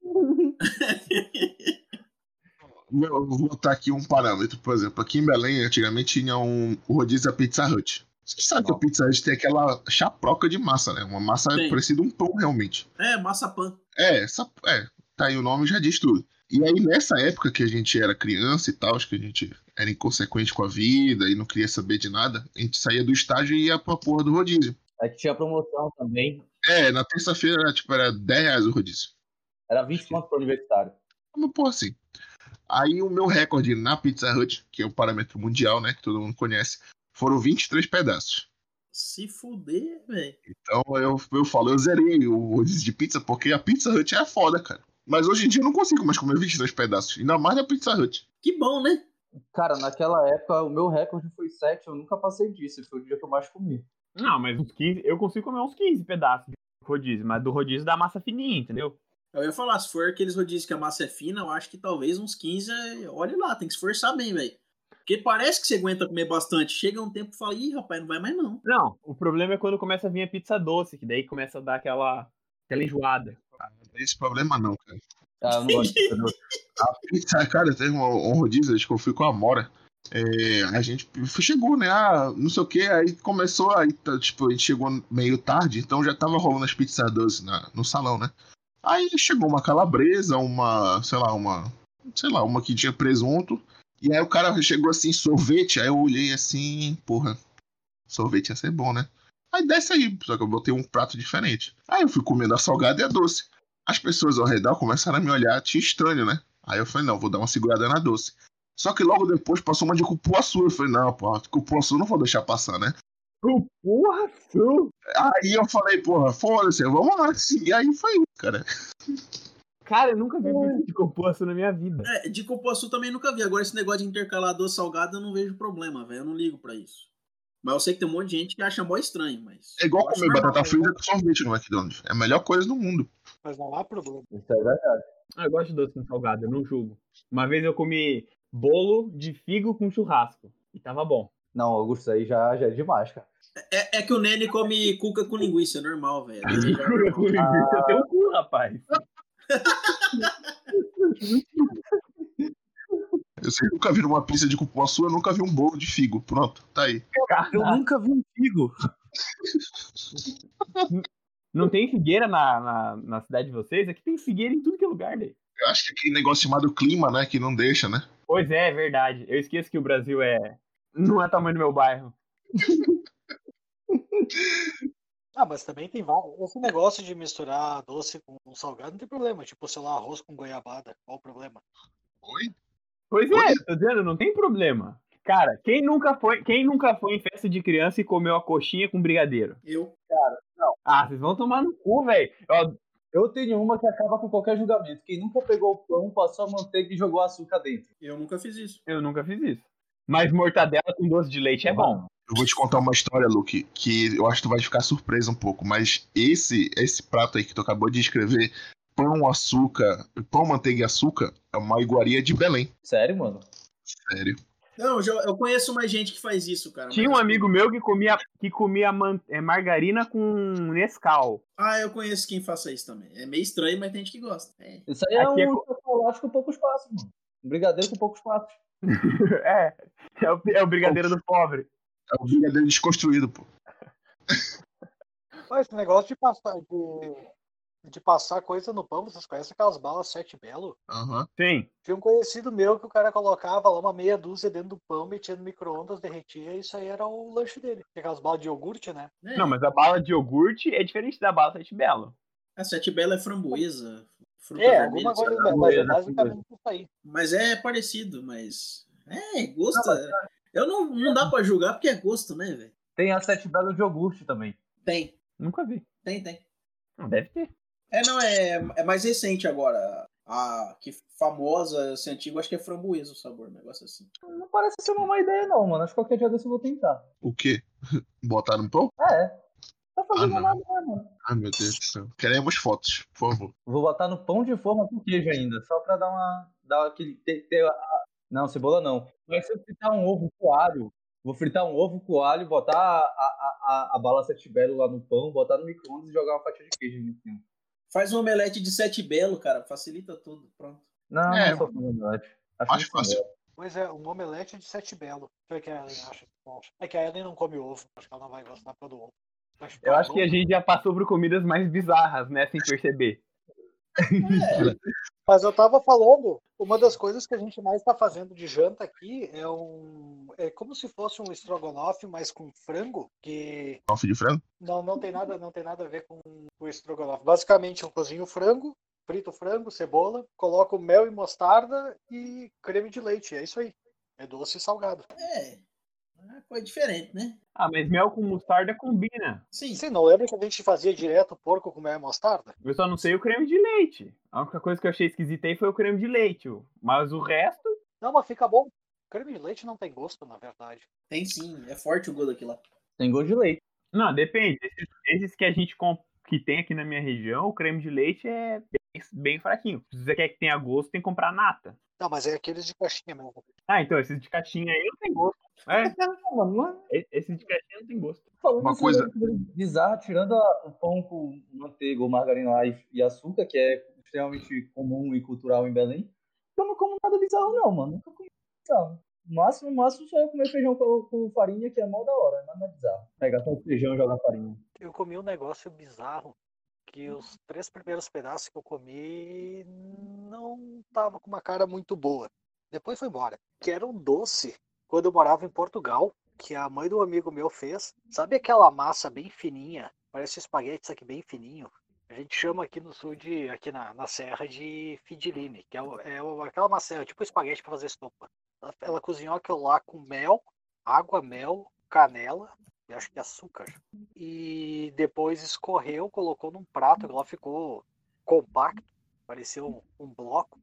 Speaker 5: Eu vou botar aqui um parâmetro. Por exemplo, aqui em Belém, antigamente tinha um o rodízio da Pizza Hut. Você sabe que a Pizza Hut tem aquela chaproca de massa, né? Uma massa
Speaker 4: Tem.
Speaker 5: parecida um pão, realmente.
Speaker 4: É, massa pan.
Speaker 5: É, essa, é, tá aí o nome já diz tudo. E aí, nessa época que a gente era criança e tal, acho que a gente era inconsequente com a vida e não queria saber de nada, a gente saía do estágio e ia pra porra do rodízio.
Speaker 3: aí é tinha promoção também.
Speaker 5: É, na terça-feira, era, tipo, era 10 reais o rodízio.
Speaker 3: Era 20 pontos pro universitário.
Speaker 5: Uma porra assim. Aí, o meu recorde na Pizza Hut, que é o parâmetro mundial, né, que todo mundo conhece, foram 23 pedaços.
Speaker 4: Se fuder, velho.
Speaker 5: Então, eu, eu falo, eu zerei o rodízio de pizza porque a Pizza Hut é foda, cara. Mas hoje em dia eu não consigo mais comer 23 pedaços, ainda mais da Pizza Hut.
Speaker 4: Que bom, né?
Speaker 3: Cara, naquela época o meu recorde foi 7, eu nunca passei disso, foi o dia que eu mais comi.
Speaker 2: Não, mas uns 15. Eu consigo comer uns 15 pedaços de rodízio, mas do rodízio da massa fininha, entendeu?
Speaker 4: Eu ia falar, se for aqueles rodízios que a massa é fina, eu acho que talvez uns 15, é- olha lá, tem que esforçar bem, velho. Porque parece que você aguenta comer bastante. Chega um tempo e fala, ih, rapaz, não vai mais não.
Speaker 2: Não, o problema é quando começa a vir a pizza doce, que daí começa a dar aquela, aquela enjoada.
Speaker 5: Não tem esse problema não, cara.
Speaker 3: Ah, eu não gosto de pizza doce.
Speaker 5: Pizza, cara, teve um, um rodízio, acho que eu fui com a Mora. É, a gente chegou, né? Ah, não sei o que, aí começou, aí tá, tipo, a gente chegou meio tarde, então já tava rolando as pizzas doces na, no salão, né? Aí chegou uma calabresa, uma, sei lá, uma, sei lá, uma que tinha presunto E aí o cara chegou assim, sorvete. Aí eu olhei assim, porra, sorvete ia ser bom, né? Aí desce aí, só que eu botei um prato diferente. Aí eu fui comendo a salgada e a doce. As pessoas ao redor começaram a me olhar, tinha estranho, né? Aí eu falei, não, vou dar uma segurada na doce. Só que logo depois passou uma de cupuaçu. Eu falei, não, pô, cupuaçu eu não vou deixar passar, né?
Speaker 2: Porra, su-
Speaker 5: Aí eu falei, porra, foda-se, vamos lá. E aí foi isso, cara.
Speaker 2: Cara, eu nunca vi muito de composto na minha vida.
Speaker 4: É, de cupuaçu também nunca vi. Agora, esse negócio de intercalar doce salgado, eu não vejo problema, velho. Eu não ligo pra isso. Mas eu sei que tem um monte de gente que acha mó estranho, mas.
Speaker 5: É igual
Speaker 4: eu acho
Speaker 5: comer
Speaker 4: normal.
Speaker 5: batata frita com sorvete no McDonald's. É a melhor coisa do mundo.
Speaker 1: Mas não há problema.
Speaker 3: Isso é verdade.
Speaker 2: Ah, eu gosto de doce com salgado, eu não julgo. Uma vez eu comi bolo de figo com churrasco. E tava bom.
Speaker 3: Não, Augusto, isso aí já, já é demais, cara.
Speaker 4: É, é que o Nene come cuca com linguiça, é normal, velho.
Speaker 2: Cura com linguiça teu um cu, rapaz.
Speaker 5: Eu sei, nunca vi uma pizza de cupuaçu, eu nunca vi um bolo de figo. Pronto, tá aí.
Speaker 6: Eu
Speaker 3: Ah.
Speaker 6: nunca vi um figo.
Speaker 2: Não tem figueira na, na, na cidade de vocês? Aqui tem figueira em tudo que é lugar, daí.
Speaker 5: Eu acho que aquele negócio chamado clima, né, que não deixa, né?
Speaker 2: Pois é, é verdade. Eu esqueço que o Brasil é. Não é tamanho do meu bairro.
Speaker 1: Ah, mas também tem vários. Esse negócio de misturar doce com salgado não tem problema. Tipo, sei lá, arroz com goiabada. Qual o problema?
Speaker 5: Oi?
Speaker 2: Pois é, tô dizendo, não tem problema. Cara, quem nunca foi, quem nunca foi em festa de criança e comeu a coxinha com brigadeiro?
Speaker 4: Eu.
Speaker 2: Ah, vocês vão tomar no cu, velho. Eu-
Speaker 3: Eu tenho uma que acaba com qualquer julgamento. Quem nunca pegou o pão, passou a manteiga e jogou açúcar dentro.
Speaker 4: Eu nunca fiz isso.
Speaker 2: Eu nunca fiz isso. Mas mortadela com doce de leite é bom.
Speaker 5: Eu vou te contar uma história, Luke, que eu acho que tu vai ficar surpreso um pouco, mas esse esse prato aí que tu acabou de escrever, pão, açúcar, pão, manteiga e açúcar, é uma iguaria de Belém.
Speaker 3: Sério, mano?
Speaker 5: Sério.
Speaker 4: Não, eu, já- eu conheço mais gente que faz isso, cara.
Speaker 2: Tinha um
Speaker 4: mas-
Speaker 2: amigo meu que comia, que comia man- é, margarina com Nescau.
Speaker 4: Ah, eu conheço quem faça isso também. É meio estranho, mas tem gente que gosta. É.
Speaker 3: Isso aí é
Speaker 2: Aqui é
Speaker 3: um chocolate com poucos passos, mano. Um brigadeiro com poucos passos.
Speaker 2: é, é o, é o brigadeiro do pobre.
Speaker 5: É o brigadeiro desconstruído, pô.
Speaker 1: Mas esse negócio de passar, de, de passar coisa no pão, vocês conhecem aquelas balas sete belo?
Speaker 5: Aham.
Speaker 2: Sim.
Speaker 1: Tinha um conhecido meu que o cara colocava lá uma meia dúzia dentro do pão, metia no micro-ondas, derretia, e isso aí era o lanche dele. Tinha Aquelas balas de iogurte, né?
Speaker 4: É.
Speaker 2: Não, mas a bala de iogurte é diferente da bala Sete Belo.
Speaker 4: A Sete Bela é framboesa. Fruta
Speaker 1: É,
Speaker 4: vermelha,
Speaker 1: alguma
Speaker 4: sei
Speaker 1: coisa,
Speaker 4: lá.
Speaker 1: mas
Speaker 3: boa,
Speaker 1: é
Speaker 3: né?
Speaker 1: basicamente isso aí.
Speaker 4: Mas é parecido, mas. É, gosto. Eu não, não dá pra julgar porque é gosto, né, velho?
Speaker 3: Tem a sete belas de iogurte também.
Speaker 4: Tem,
Speaker 2: Nunca vi.
Speaker 4: tem, tem.
Speaker 2: Não deve ter.
Speaker 4: É, não, é, é mais recente agora. A que famosa, assim, antiga, acho que é framboesa o sabor, um negócio assim.
Speaker 3: Não parece ser uma má ideia, não, mano. Acho que qualquer dia desse eu vou tentar.
Speaker 5: O quê? Botar no pão?
Speaker 3: É. Tá fazendo
Speaker 5: Ah, não.
Speaker 3: nada, né, mano?
Speaker 5: Ai, meu Deus do céu. Queremos fotos, por favor.
Speaker 3: Vou botar no pão de forma com queijo ainda, só pra dar uma. Dar aquele. ter- ter a- Não, cebola não. Mas se eu fritar um ovo com alho, vou fritar um ovo com alho, botar a, a, a, a bala sete belo lá no pão, botar no micro-ondas e jogar uma fatia de queijo em cima.
Speaker 4: Faz um omelete de sete belo, cara, facilita tudo. Pronto.
Speaker 3: Não,
Speaker 5: É,
Speaker 3: não sou fã, não. Acho, acho
Speaker 5: Acho
Speaker 3: muito
Speaker 5: fácil.
Speaker 3: melhor.
Speaker 1: Pois é, um omelete de sete belo. Deixa eu ver o que a Ellen acha. É que a Ellen não come ovo. Acho que ela não vai gostar por causa do ovo. Mas,
Speaker 2: Eu
Speaker 1: tá
Speaker 2: acho que
Speaker 1: bom.
Speaker 2: a gente já passou por comidas mais bizarras, né? Sem perceber.
Speaker 1: Mas eu tava falando, uma das coisas que a gente mais tá fazendo de janta aqui é um. É como se fosse um estrogonofe, mas com frango, que
Speaker 5: Alfa de frango?
Speaker 1: Não, não tem nada, não tem nada a ver com o estrogonofe. Basicamente, eu cozinho o frango, frito o frango, cebola, coloco mel e mostarda e creme de leite. É isso aí. É doce e salgado.
Speaker 4: É. É coisa diferente, né?
Speaker 2: Ah, mas mel com mostarda combina.
Speaker 4: Sim.
Speaker 1: Você não lembra que a gente fazia direto porco com mel e mostarda?
Speaker 2: Eu só não sei o creme de leite. A única coisa que eu achei esquisita aí foi o creme de leite. ó. Mas o resto.
Speaker 1: Não, mas fica bom. Creme de leite não tem gosto, na verdade.
Speaker 4: Tem sim. É forte o gosto daquilo lá.
Speaker 3: Tem gosto de leite.
Speaker 2: Não, depende. Esses, esses que a gente comp- que tem aqui na minha região, o creme de leite é bem, bem fraquinho. Se você quer que tenha gosto, tem que comprar nata.
Speaker 1: Não, mas é aqueles de caixinha mesmo.
Speaker 2: Ah, então, esses de caixinha aí não tem gosto. É,
Speaker 3: Não, mano, não é-
Speaker 2: e- esses de caixinha não tem gosto.
Speaker 3: Falando
Speaker 5: Uma
Speaker 3: uma
Speaker 5: coisa-
Speaker 3: coisa bizarra, tirando a- o pão com manteiga ou margarina lá e, e açúcar, que é extremamente comum e cultural em Belém, eu não como nada bizarro, não, mano. Nunca comi nada bizarro. O máximo, o máximo só eu comer feijão com, com farinha, que é mó da hora, mas não é bizarro. Pegar só feijão e jogar farinha.
Speaker 1: Eu comi um negócio bizarro que os três primeiros pedaços que eu comi não tava com uma cara muito boa. Depois foi embora. Que era um doce quando eu morava em Portugal, que a mãe do amigo meu fez. Sabe aquela massa bem fininha? Parece espaguete, isso aqui bem fininho. A gente chama aqui no sul de, aqui na, na serra de fidiline, que é, o- é o- aquela massa, é tipo espaguete para fazer sopa. Ela, ela cozinhou aquilo lá com mel, água, mel, canela e acho que açúcar. E depois escorreu, colocou num prato, ela ficou compacto, parecia um, um bloco,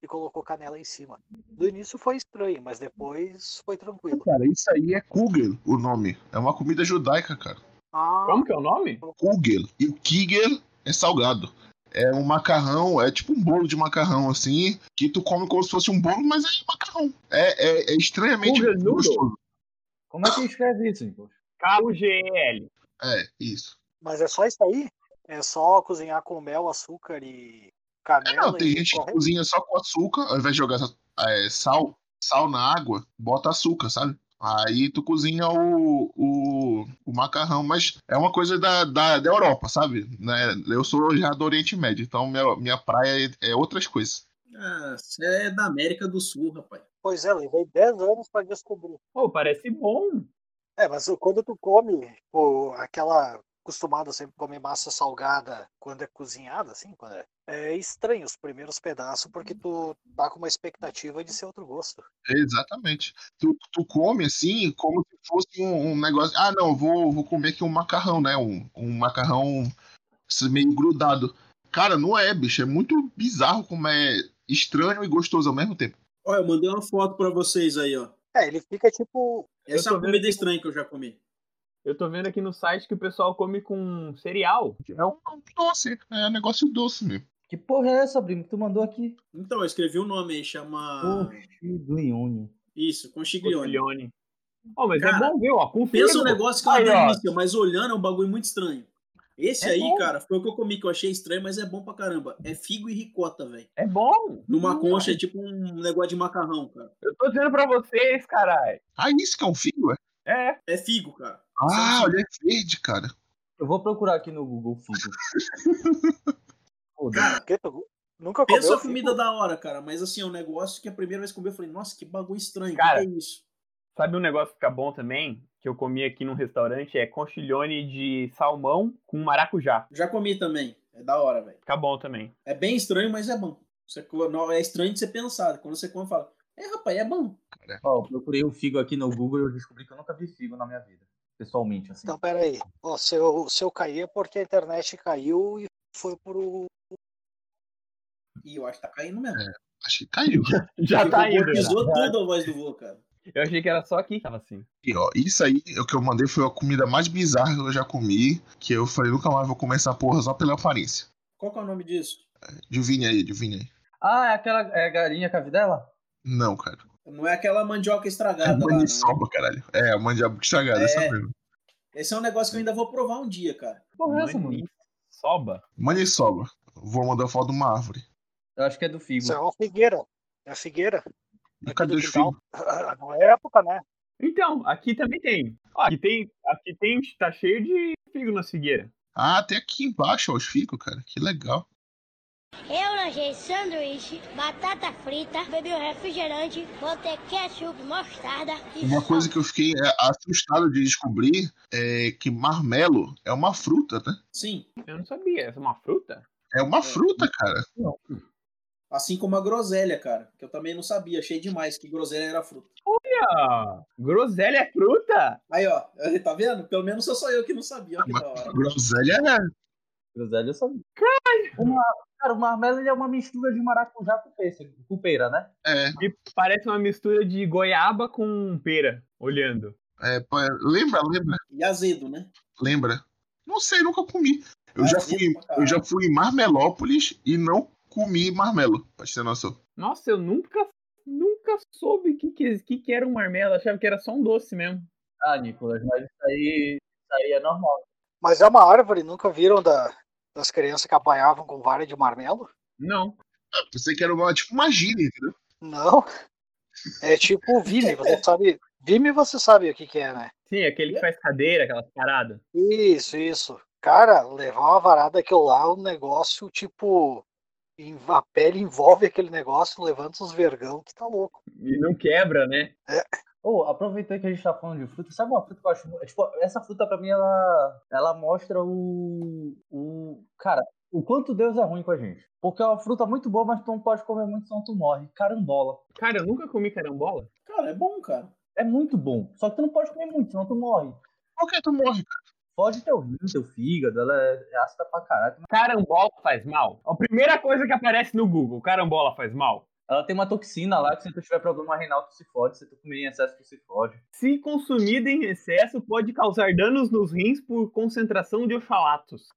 Speaker 1: e colocou canela em cima. No início foi estranho, mas depois foi tranquilo.
Speaker 5: Cara, isso aí é kugel, o nome. É uma comida judaica, cara.
Speaker 1: Ah,
Speaker 2: Como que é o nome?
Speaker 5: Kugel. E o kigel é salgado. É um macarrão, é tipo um bolo de macarrão, assim, que tu come como se fosse um bolo, mas é macarrão. É, é- é estranhamente
Speaker 2: Kugel noodle?
Speaker 5: gostoso.
Speaker 3: Como é que escreve isso, Nicolas?
Speaker 2: K-U-G-E-L.
Speaker 5: É, isso.
Speaker 1: mas é só isso aí? É só cozinhar com mel, açúcar e canela
Speaker 5: É, Não, tem
Speaker 1: e
Speaker 5: gente que
Speaker 1: correr?
Speaker 5: cozinha só com açúcar, ao invés de jogar é, sal, sal na água, bota açúcar, sabe? Aí tu cozinha o, o, o macarrão, mas é uma coisa da, da, da Europa, sabe? Né? Eu sou já do Oriente Médio, então minha, minha praia é, é outras coisas.
Speaker 4: Ah, você é da América do Sul, rapaz.
Speaker 1: Pois é, levei 10 anos para descobrir.
Speaker 2: Pô, parece bom.
Speaker 1: É, mas o- quando tu come, pô, aquela acostumada sempre comer massa salgada quando é cozinhada, assim, quando é, é estranho os primeiros pedaços, porque tu tá com uma expectativa de ser outro gosto.
Speaker 5: Exatamente. Tu, tu come assim, como se fosse um, um negócio. Ah, não, vou, vou comer aqui um macarrão, né? Um, um macarrão assim, meio grudado. Cara, não é, bicho. É muito bizarro como é estranho e gostoso ao mesmo tempo.
Speaker 4: Ó, eu mandei uma foto pra vocês aí, ó.
Speaker 1: É, ele fica tipo.
Speaker 4: Essa é
Speaker 2: tô
Speaker 4: uma
Speaker 2: vendo
Speaker 4: comida estranha que eu já comi.
Speaker 2: Eu tô vendo aqui no site que o pessoal come com cereal.
Speaker 5: É um é um doce, é um negócio doce mesmo.
Speaker 3: Que porra é essa, Brimo, que tu mandou aqui?
Speaker 4: Então, eu escrevi o nome aí, chama.
Speaker 2: Hum.
Speaker 3: Chiglione.
Speaker 4: Isso, conchiglione.
Speaker 2: Cotilhone. Oh, mas
Speaker 4: Cara,
Speaker 2: é bom, viu? Ó, com
Speaker 4: Pensa um
Speaker 2: fígado.
Speaker 4: negócio que é uma
Speaker 2: Aí, ó.
Speaker 4: delícia, mas olhando é um bagulho muito estranho. Esse
Speaker 2: É
Speaker 4: aí,
Speaker 2: bom.
Speaker 4: cara, foi o que eu comi que eu achei estranho, mas é bom pra caramba. É figo e ricota, velho.
Speaker 2: É bom.
Speaker 4: Numa concha é tipo um negócio de macarrão, cara.
Speaker 2: Eu tô dizendo pra vocês, caralho.
Speaker 5: Ah, isso que é um figo, é?
Speaker 2: É.
Speaker 4: É figo, cara.
Speaker 5: Ah, ele é verde, cara.
Speaker 3: Eu vou procurar aqui no Google Figo. Foda-se.
Speaker 4: Cara,
Speaker 1: que tu nunca comeu.
Speaker 4: pensa a
Speaker 1: figo?
Speaker 4: comida da hora, cara, mas assim, é um negócio que a primeira vez que eu comi, eu falei, nossa, que bagulho estranho,
Speaker 2: Cara,
Speaker 4: que que é isso?
Speaker 2: Sabe um negócio que fica bom também? Que eu comi aqui num restaurante? É conchilhone de salmão com maracujá.
Speaker 4: Já comi também, é da hora, velho.
Speaker 2: Fica bom também.
Speaker 4: É bem estranho, mas é bom. Você co- não, é estranho de ser pensado. Quando você come, fala, é, rapaz, é bom.
Speaker 3: Ó, eu procurei o Figo aqui no Google e eu descobri que eu nunca vi Figo na minha vida. Pessoalmente, assim.
Speaker 1: Então, peraí. Ó, se, eu, se eu cair é porque a internet caiu e foi pro.
Speaker 4: E eu acho que tá caindo mesmo.
Speaker 5: Acho que caiu.
Speaker 2: Já tá indo.
Speaker 4: Pisou tudo a voz do vô, cara.
Speaker 2: Eu achei que era só aqui que tava assim.
Speaker 5: E, ó, isso aí, o que eu mandei foi a comida mais bizarra que eu já comi. Que eu falei, nunca mais vou comer essa porra só pela aparência.
Speaker 4: Qual que é o nome disso?
Speaker 5: Adivinha aí, adivinha aí.
Speaker 3: Ah, é aquela é a galinha cavidela?
Speaker 5: Não, cara.
Speaker 4: Não é aquela mandioca
Speaker 5: É
Speaker 4: estragada lá, não.
Speaker 5: maniçoba, caralho. É, a mandioca estragada,
Speaker 4: É.
Speaker 5: essa mesmo.
Speaker 4: Esse é um negócio que eu ainda vou provar um dia, cara.
Speaker 3: Que porra é essa, mano?
Speaker 2: Soba.
Speaker 5: Maniçoba. Vou mandar foto de uma árvore.
Speaker 3: Eu acho que é do Figo.
Speaker 1: Isso é uma figueira. É a figueira.
Speaker 5: E
Speaker 1: aqui
Speaker 5: cadê
Speaker 1: do
Speaker 5: os
Speaker 1: quintal.
Speaker 5: figos?
Speaker 1: Não é época, né?
Speaker 2: Então, aqui também tem. Ó, aqui tem. Aqui tem. Tá cheio de figo na figueira.
Speaker 5: Ah, tem aqui embaixo ó, os figos, cara. Que legal.
Speaker 8: Eu lanchei sanduíche, batata frita, bebi um refrigerante, botei ketchup, mostarda e
Speaker 5: Uma
Speaker 8: só.
Speaker 5: coisa que eu fiquei é, assustado de descobrir é que marmelo é uma fruta, né?
Speaker 4: Sim.
Speaker 2: Eu não sabia. Essa é uma fruta?
Speaker 5: É uma fruta, cara.
Speaker 4: Assim como a groselha, cara. Que eu também não sabia. Achei demais que groselha era fruta.
Speaker 2: Olha! Ah, Groselha é fruta?
Speaker 4: Aí, ó. Tá vendo? Pelo menos sou só eu que não sabia. Ó, que da hora.
Speaker 5: Groselha é.
Speaker 3: Groselha eu sabia. Uma, cara, o marmelo ele é uma mistura de maracujá com pêssego, com pera, né?
Speaker 5: é,
Speaker 2: E parece uma mistura de goiaba com pera. Olhando.
Speaker 5: é, pô, é, lembra, lembra,
Speaker 4: E azedo, né?
Speaker 5: lembra. Não sei, nunca comi. Eu
Speaker 4: Ah,
Speaker 5: já
Speaker 4: sim,
Speaker 5: fui,
Speaker 4: pra
Speaker 5: eu
Speaker 4: caralho.
Speaker 5: já fui em Marmelópolis e não comi marmelo, pra te ter noção.
Speaker 2: Nossa, eu nunca. Nunca soube o que, que, que, que era um marmelo. Achava que era só um doce mesmo.
Speaker 3: Ah, Nicolas, mas isso aí, isso aí é normal.
Speaker 1: Mas é uma árvore, nunca viram da, das crianças que apanhavam com vara de marmelo?
Speaker 2: Não.
Speaker 5: Ah, Pensei que era uma, tipo uma gíria, entendeu?
Speaker 1: Não. É tipo o Vime, você sabe. Vime você sabe o que que é, né?
Speaker 2: Sim, aquele que faz cadeira, aquelas paradas.
Speaker 1: Isso, isso. Cara, levar uma varada aquilo lá é um negócio tipo. E a pele envolve aquele negócio, levanta os vergão que tá louco.
Speaker 2: E não quebra, né?
Speaker 3: Ô, aproveitando que a gente tá falando de fruta, sabe uma fruta que eu acho. mu- é, Tipo, essa fruta pra mim, ela, ela mostra o. o. Cara, o quanto Deus é ruim com a gente. Porque é uma fruta muito boa, mas tu não pode comer muito, senão tu morre. Carambola.
Speaker 2: Cara, eu nunca comi carambola.
Speaker 4: Cara, é bom, cara.
Speaker 3: É muito bom. Só que tu não pode comer muito, senão tu morre.
Speaker 5: Por que tu morre?
Speaker 3: Foge teu rim, teu fígado, ela é é ácida pra caralho.
Speaker 2: Carambola faz mal? A primeira coisa que aparece no Google, carambola faz mal?
Speaker 3: Ela tem uma toxina lá que se tu tiver problema renal, tu se fode. Se tu comer em excesso, tu se fode.
Speaker 2: Se consumida em excesso, pode causar danos nos rins por concentração de oxalatos.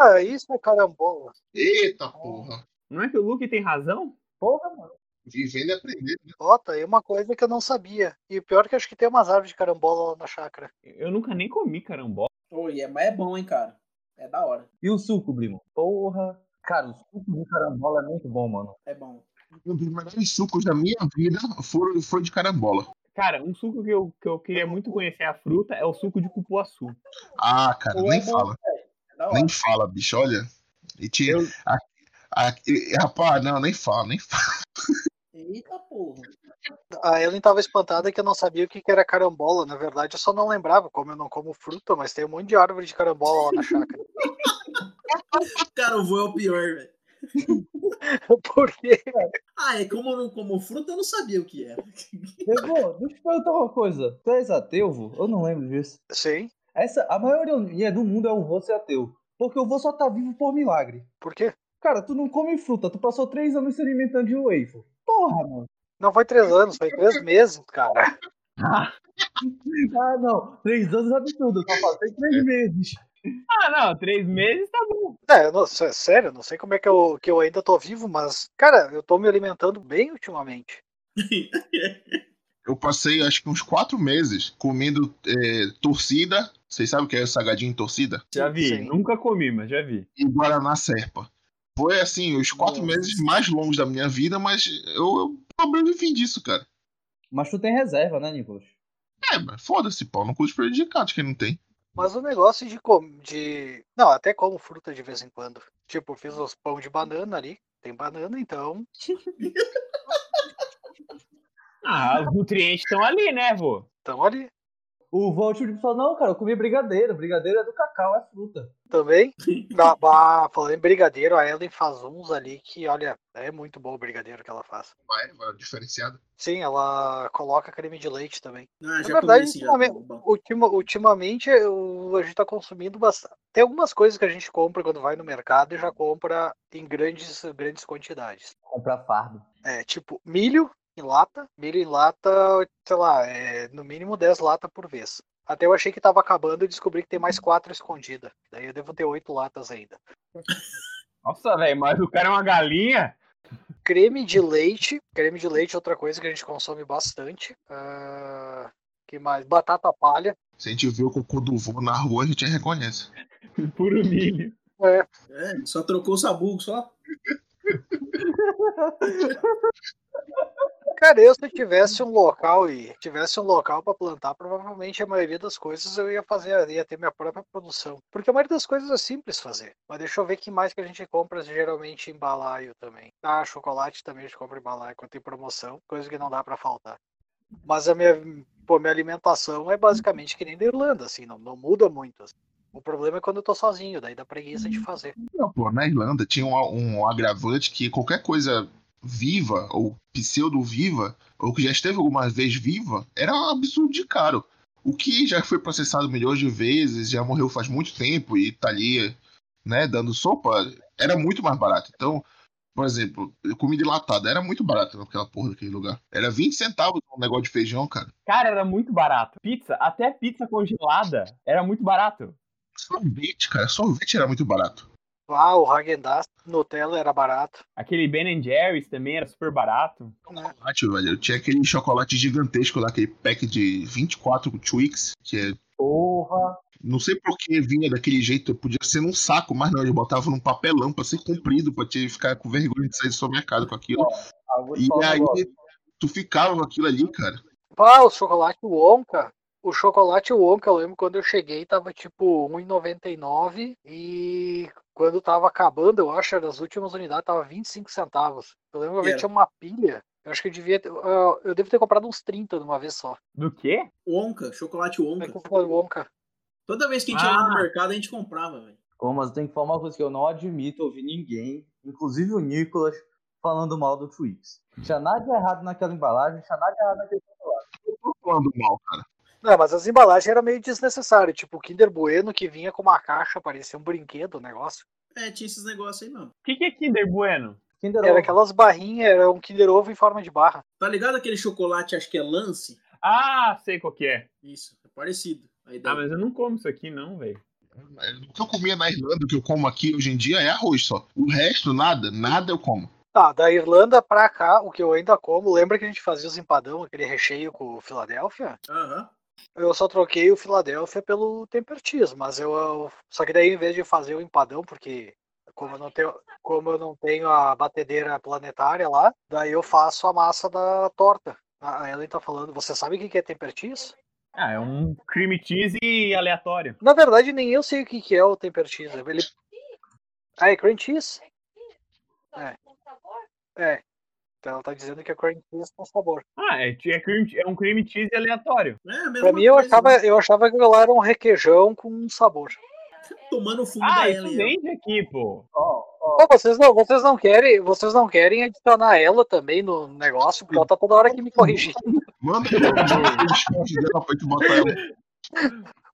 Speaker 1: Ah, isso é carambola.
Speaker 5: Eita porra.
Speaker 2: Não é que o Luke tem razão?
Speaker 3: Porra, mano.
Speaker 5: Vivendo e aprendendo. né?
Speaker 1: Ó, tá aí uma coisa que eu não sabia. E o pior é que eu acho que tem umas árvores de carambola lá na chácara.
Speaker 2: Eu nunca nem comi carambola.
Speaker 4: Ô, e é, mas é bom, hein, cara. É da hora.
Speaker 3: E o suco, Brimo? Porra. Cara, o suco de carambola é muito bom, mano.
Speaker 4: É bom.
Speaker 5: Um dos melhores sucos da minha vida foram, foi de carambola.
Speaker 2: Cara, um suco que eu, que eu queria muito conhecer a fruta é o suco de cupuaçu.
Speaker 5: Ah, cara,
Speaker 4: Ou é
Speaker 5: nem
Speaker 4: bom,
Speaker 5: fala.
Speaker 4: velho. É da hora.
Speaker 5: Nem fala, bicho. Olha. E te,
Speaker 2: Eu-
Speaker 5: a- a- e- rapaz, não, nem fala, nem fala.
Speaker 4: Eita porra.
Speaker 1: A Ellen tava espantada que eu não sabia o que que era carambola. Na verdade, eu só não lembrava, como eu não como fruta, mas tem um monte de árvore de carambola lá na chácara.
Speaker 4: Cara, o vô é o pior, velho.
Speaker 1: Por quê?
Speaker 4: Ah, é como eu não como fruta, eu não sabia o que era.
Speaker 3: Pegou, deixa eu te perguntar uma coisa. Tu és ateu, vô? Eu não lembro disso.
Speaker 1: Sim.
Speaker 3: Essa, a maioria do mundo é o vô ser ateu. Porque o vô só tá vivo por milagre.
Speaker 1: Por quê?
Speaker 3: Cara, tu não come fruta, tu passou três anos se alimentando de whey, vô. Porra, mano.
Speaker 1: Não foi três anos, foi três meses, cara.
Speaker 3: Ah, não. Três anos é absurdo, eu só passei três meses.
Speaker 2: Ah, não, três meses tá bom.
Speaker 1: É, eu não, sé- sério, eu não sei como é que eu, que eu ainda tô vivo, mas, cara, eu tô me alimentando bem ultimamente.
Speaker 5: Eu passei acho que uns quatro meses comendo é, torcida. Vocês sabem o que é o salgadinho em torcida?
Speaker 2: Já vi,
Speaker 1: Sim.
Speaker 2: nunca comi, mas já vi.
Speaker 5: E Guaraná Serpa. Foi assim, os quatro
Speaker 4: Nossa.
Speaker 5: meses mais longos da minha vida, mas eu, eu sobrevivi disso, cara.
Speaker 3: Mas tu tem reserva, né, Nicolas?
Speaker 5: É, mas foda-se, pau. Não custa prejudicados quem não tem.
Speaker 1: Mas o negócio de com- de. Não, até como fruta de vez em quando. Tipo, fiz os pão de banana ali. Tem banana, então.
Speaker 2: Ah, os nutrientes estão ali, né, vô?
Speaker 1: Então ali.
Speaker 3: O vô é o tipo de pessoa, não, cara, eu comi brigadeiro. Brigadeiro é do cacau, é fruta.
Speaker 1: Também. Da, bah, falando em brigadeiro, a Ellen faz uns ali que, olha, é muito bom o brigadeiro que ela faz.
Speaker 5: Uma erva diferenciada.
Speaker 1: Sim, ela coloca creme de leite também.
Speaker 4: Ah, já
Speaker 1: Na verdade,
Speaker 4: comi esse já.
Speaker 1: ultimamente,
Speaker 4: tá bom.
Speaker 1: ultima- ultimamente eu- a gente tá consumindo bastante. Tem algumas coisas que a gente compra quando vai no mercado e já compra em grandes, grandes quantidades.
Speaker 3: Comprar fardo.
Speaker 1: É, tipo, milho em lata. Milho em lata, sei lá, é, no mínimo 10 latas por vez. Até eu achei que tava acabando e descobri que tem mais quatro escondidas. Daí eu devo ter oito latas ainda.
Speaker 2: Nossa, velho, mas o cara é uma galinha.
Speaker 1: Creme de leite. Creme de leite é outra coisa que a gente consome bastante. Ah, que mais? Batata palha.
Speaker 5: Se a gente vê o cocô do vô na rua, a gente reconhece.
Speaker 2: Puro milho.
Speaker 4: É, só trocou o sabugo, só.
Speaker 1: Cara, eu se tivesse um local e tivesse um local pra plantar, provavelmente a maioria das coisas eu ia fazer, ia ter minha própria produção. Porque a maioria das coisas é simples fazer. Mas deixa eu ver que mais que a gente compra geralmente em balaio também. Ah, chocolate também a gente compra em balaio quando tem promoção, coisa que não dá pra faltar. Mas a minha, pô, minha alimentação é basicamente que nem da Irlanda, assim, não, não muda muito. assim. O problema é quando eu tô sozinho, daí dá preguiça de fazer.
Speaker 5: Não, pô, na Irlanda tinha um, um agravante que qualquer coisa viva, ou pseudo-viva, ou que já esteve alguma vez viva, era um absurdo de caro. O que já foi processado milhões de vezes, já morreu faz muito tempo e tá ali, né, dando sopa, era muito mais barato. Então, por exemplo, comida enlatada era muito barata naquela porra daquele lugar. Era 20 centavos um negócio de feijão, cara.
Speaker 2: Cara, era muito barato. Pizza, até pizza congelada, era muito barato.
Speaker 5: Sorvete, cara, sorvete era muito barato.
Speaker 1: Ah, o Häagen-Dazs, Nutella era barato. né?
Speaker 2: Aquele Ben Jerry's também era super barato.
Speaker 5: Chocolate, velho. Eu tinha aquele chocolate gigantesco lá, aquele pack de 24 Twix, que é.
Speaker 3: Porra.
Speaker 5: Não sei por que vinha daquele jeito, podia ser num saco, mas não, eles botavam num papelão pra ser comprido, pra te ficar com vergonha de sair do supermercado com aquilo.
Speaker 3: Ah, vou te
Speaker 5: E
Speaker 3: falar um
Speaker 5: aí
Speaker 3: negócio.
Speaker 5: tu ficava com aquilo ali, cara.
Speaker 1: Pá, o chocolate Wonka. O chocolate Wonka, eu lembro quando eu cheguei, tava tipo 1,99 e quando tava acabando, eu acho, era as últimas unidades, tava 25 centavos. Eu lembro que uma vez
Speaker 4: Era.
Speaker 1: tinha uma pilha, eu acho que eu devia ter, eu, eu devo ter comprado uns 30 de uma vez só.
Speaker 2: Do quê?
Speaker 4: Wonka, chocolate
Speaker 1: Como é
Speaker 4: Wonka.
Speaker 1: que foi o Wonka?
Speaker 4: Toda vez que a gente
Speaker 2: Ah.
Speaker 4: ia lá no mercado, a gente comprava, velho.
Speaker 3: Ô, mas tem que falar uma coisa que eu não admito ouvir ninguém, inclusive o Nicolas, falando mal do Twix. Tinha nada de errado naquela embalagem, tinha nada de errado naquele
Speaker 5: Eu tô falando mal, cara.
Speaker 1: Não, mas as embalagens eram meio desnecessárias, tipo o Kinder Bueno que vinha com uma caixa, parecia um brinquedo o negócio.
Speaker 4: É, tinha esses negócios aí mesmo.
Speaker 2: O que, que é Kinder Bueno?
Speaker 3: Kinder
Speaker 1: Era
Speaker 3: Ovo.
Speaker 1: aquelas barrinhas, era um Kinder Ovo em forma de barra.
Speaker 4: Tá ligado aquele chocolate, acho que é lance?
Speaker 2: Ah, sei qual que é.
Speaker 4: Isso, é parecido. A ideia.
Speaker 2: Ah, mas eu não como isso aqui, não, velho.
Speaker 5: O que eu comia na Irlanda, o que eu como aqui hoje em dia é arroz só. O resto, nada, nada eu como.
Speaker 1: Tá, da Irlanda pra cá, o que eu ainda como, lembra que a gente fazia os empadão, aquele recheio com o Filadélfia?
Speaker 4: Aham.
Speaker 1: Eu só troquei o Filadélfia pelo Temper Cheese, mas eu, eu- Só que daí, em vez de fazer o empadão, porque como eu não tenho, como eu não tenho a batedeira planetária lá, daí eu faço a massa da torta. A a Ellen tá falando, você sabe o que que é Temper Cheese?
Speaker 2: Ah, é um cream cheese aleatório.
Speaker 1: Na verdade, nem eu sei o que que é o Temper Cheese. Ele... Ah, é cream cheese? É. É. Então ela tá dizendo que é cream cheese com sabor.
Speaker 2: Ah, é, é, cream- é um cream cheese aleatório.
Speaker 4: É, a mesma
Speaker 1: Pra mim, eu
Speaker 4: coisa,
Speaker 1: achava,
Speaker 4: né?
Speaker 1: eu achava que lá era um requeijão com um sabor.
Speaker 4: Tomando o fumo
Speaker 2: Ah,
Speaker 4: da
Speaker 2: isso
Speaker 4: Ellen. ó.
Speaker 2: vende aqui, pô.
Speaker 1: Pô, vocês não, vocês não querem, vocês não querem adicionar ela também no negócio, porque ela tá toda hora aqui me corrigindo.
Speaker 5: Manda um eu esconde dela pra tu botar um ela.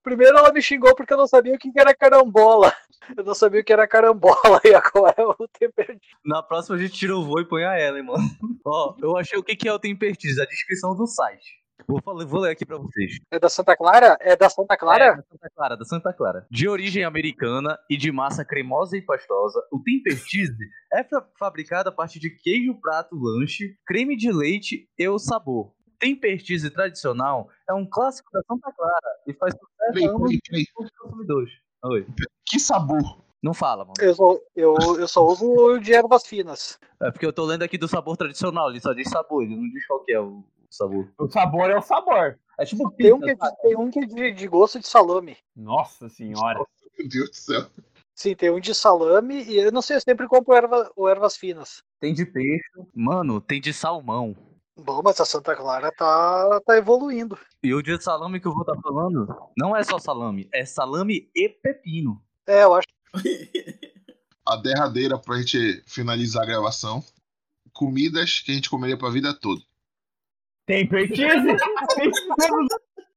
Speaker 1: Primeiro ela me xingou porque eu não sabia o que que era carambola. Eu não sabia o que era carambola e agora eu tenho perdido.
Speaker 3: Na próxima a gente tira o voo e põe a Ellen, mano. Ó, eu achei o que que é o Tempertis, a descrição do site. Vou, falar, vou ler aqui pra vocês.
Speaker 1: É da Santa Clara? É da Santa
Speaker 3: É,
Speaker 1: Clara?
Speaker 3: da Santa Clara, da Santa Clara. De origem americana e de massa cremosa e pastosa, o Tempertise é fa- fabricado a partir de queijo prato lanche, creme de leite e o sabor. Tempertise tradicional é um clássico da Santa Clara e faz
Speaker 5: Peraí,
Speaker 3: sucesso há anos
Speaker 5: peraí, peraí.
Speaker 3: com os consumidores. Oi.
Speaker 5: Que sabor.
Speaker 3: Não fala,
Speaker 4: É.
Speaker 3: mano.
Speaker 1: Eu, só, eu, eu só uso o de ervas finas.
Speaker 3: É porque eu tô lendo aqui do sabor tradicional, ele só diz sabor, ele não diz qual que é o sabor.
Speaker 2: O sabor é o sabor.
Speaker 3: É tipo
Speaker 1: Tem
Speaker 3: pizza,
Speaker 1: um que é
Speaker 3: sabe?
Speaker 1: de, tem um que é de, de gosto de salame.
Speaker 2: Nossa senhora.
Speaker 5: Meu Deus do céu.
Speaker 1: Sim, tem um de salame e eu não sei, eu sempre compro erva, o ervas finas.
Speaker 3: Tem de peixe. Mano, tem de salmão.
Speaker 1: Bom, mas a Santa Clara tá, tá evoluindo.
Speaker 3: E o de salame que eu vou estar falando não é só salame, é salame e pepino.
Speaker 1: É, eu acho
Speaker 5: A derradeira pra gente finalizar a gravação. Comidas que a gente comeria pra vida toda.
Speaker 2: Tem cream cheese? Tem todos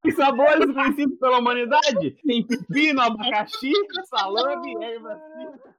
Speaker 2: os sabores conhecidos pela humanidade? Tem pepino, abacaxi, salame, erva assim.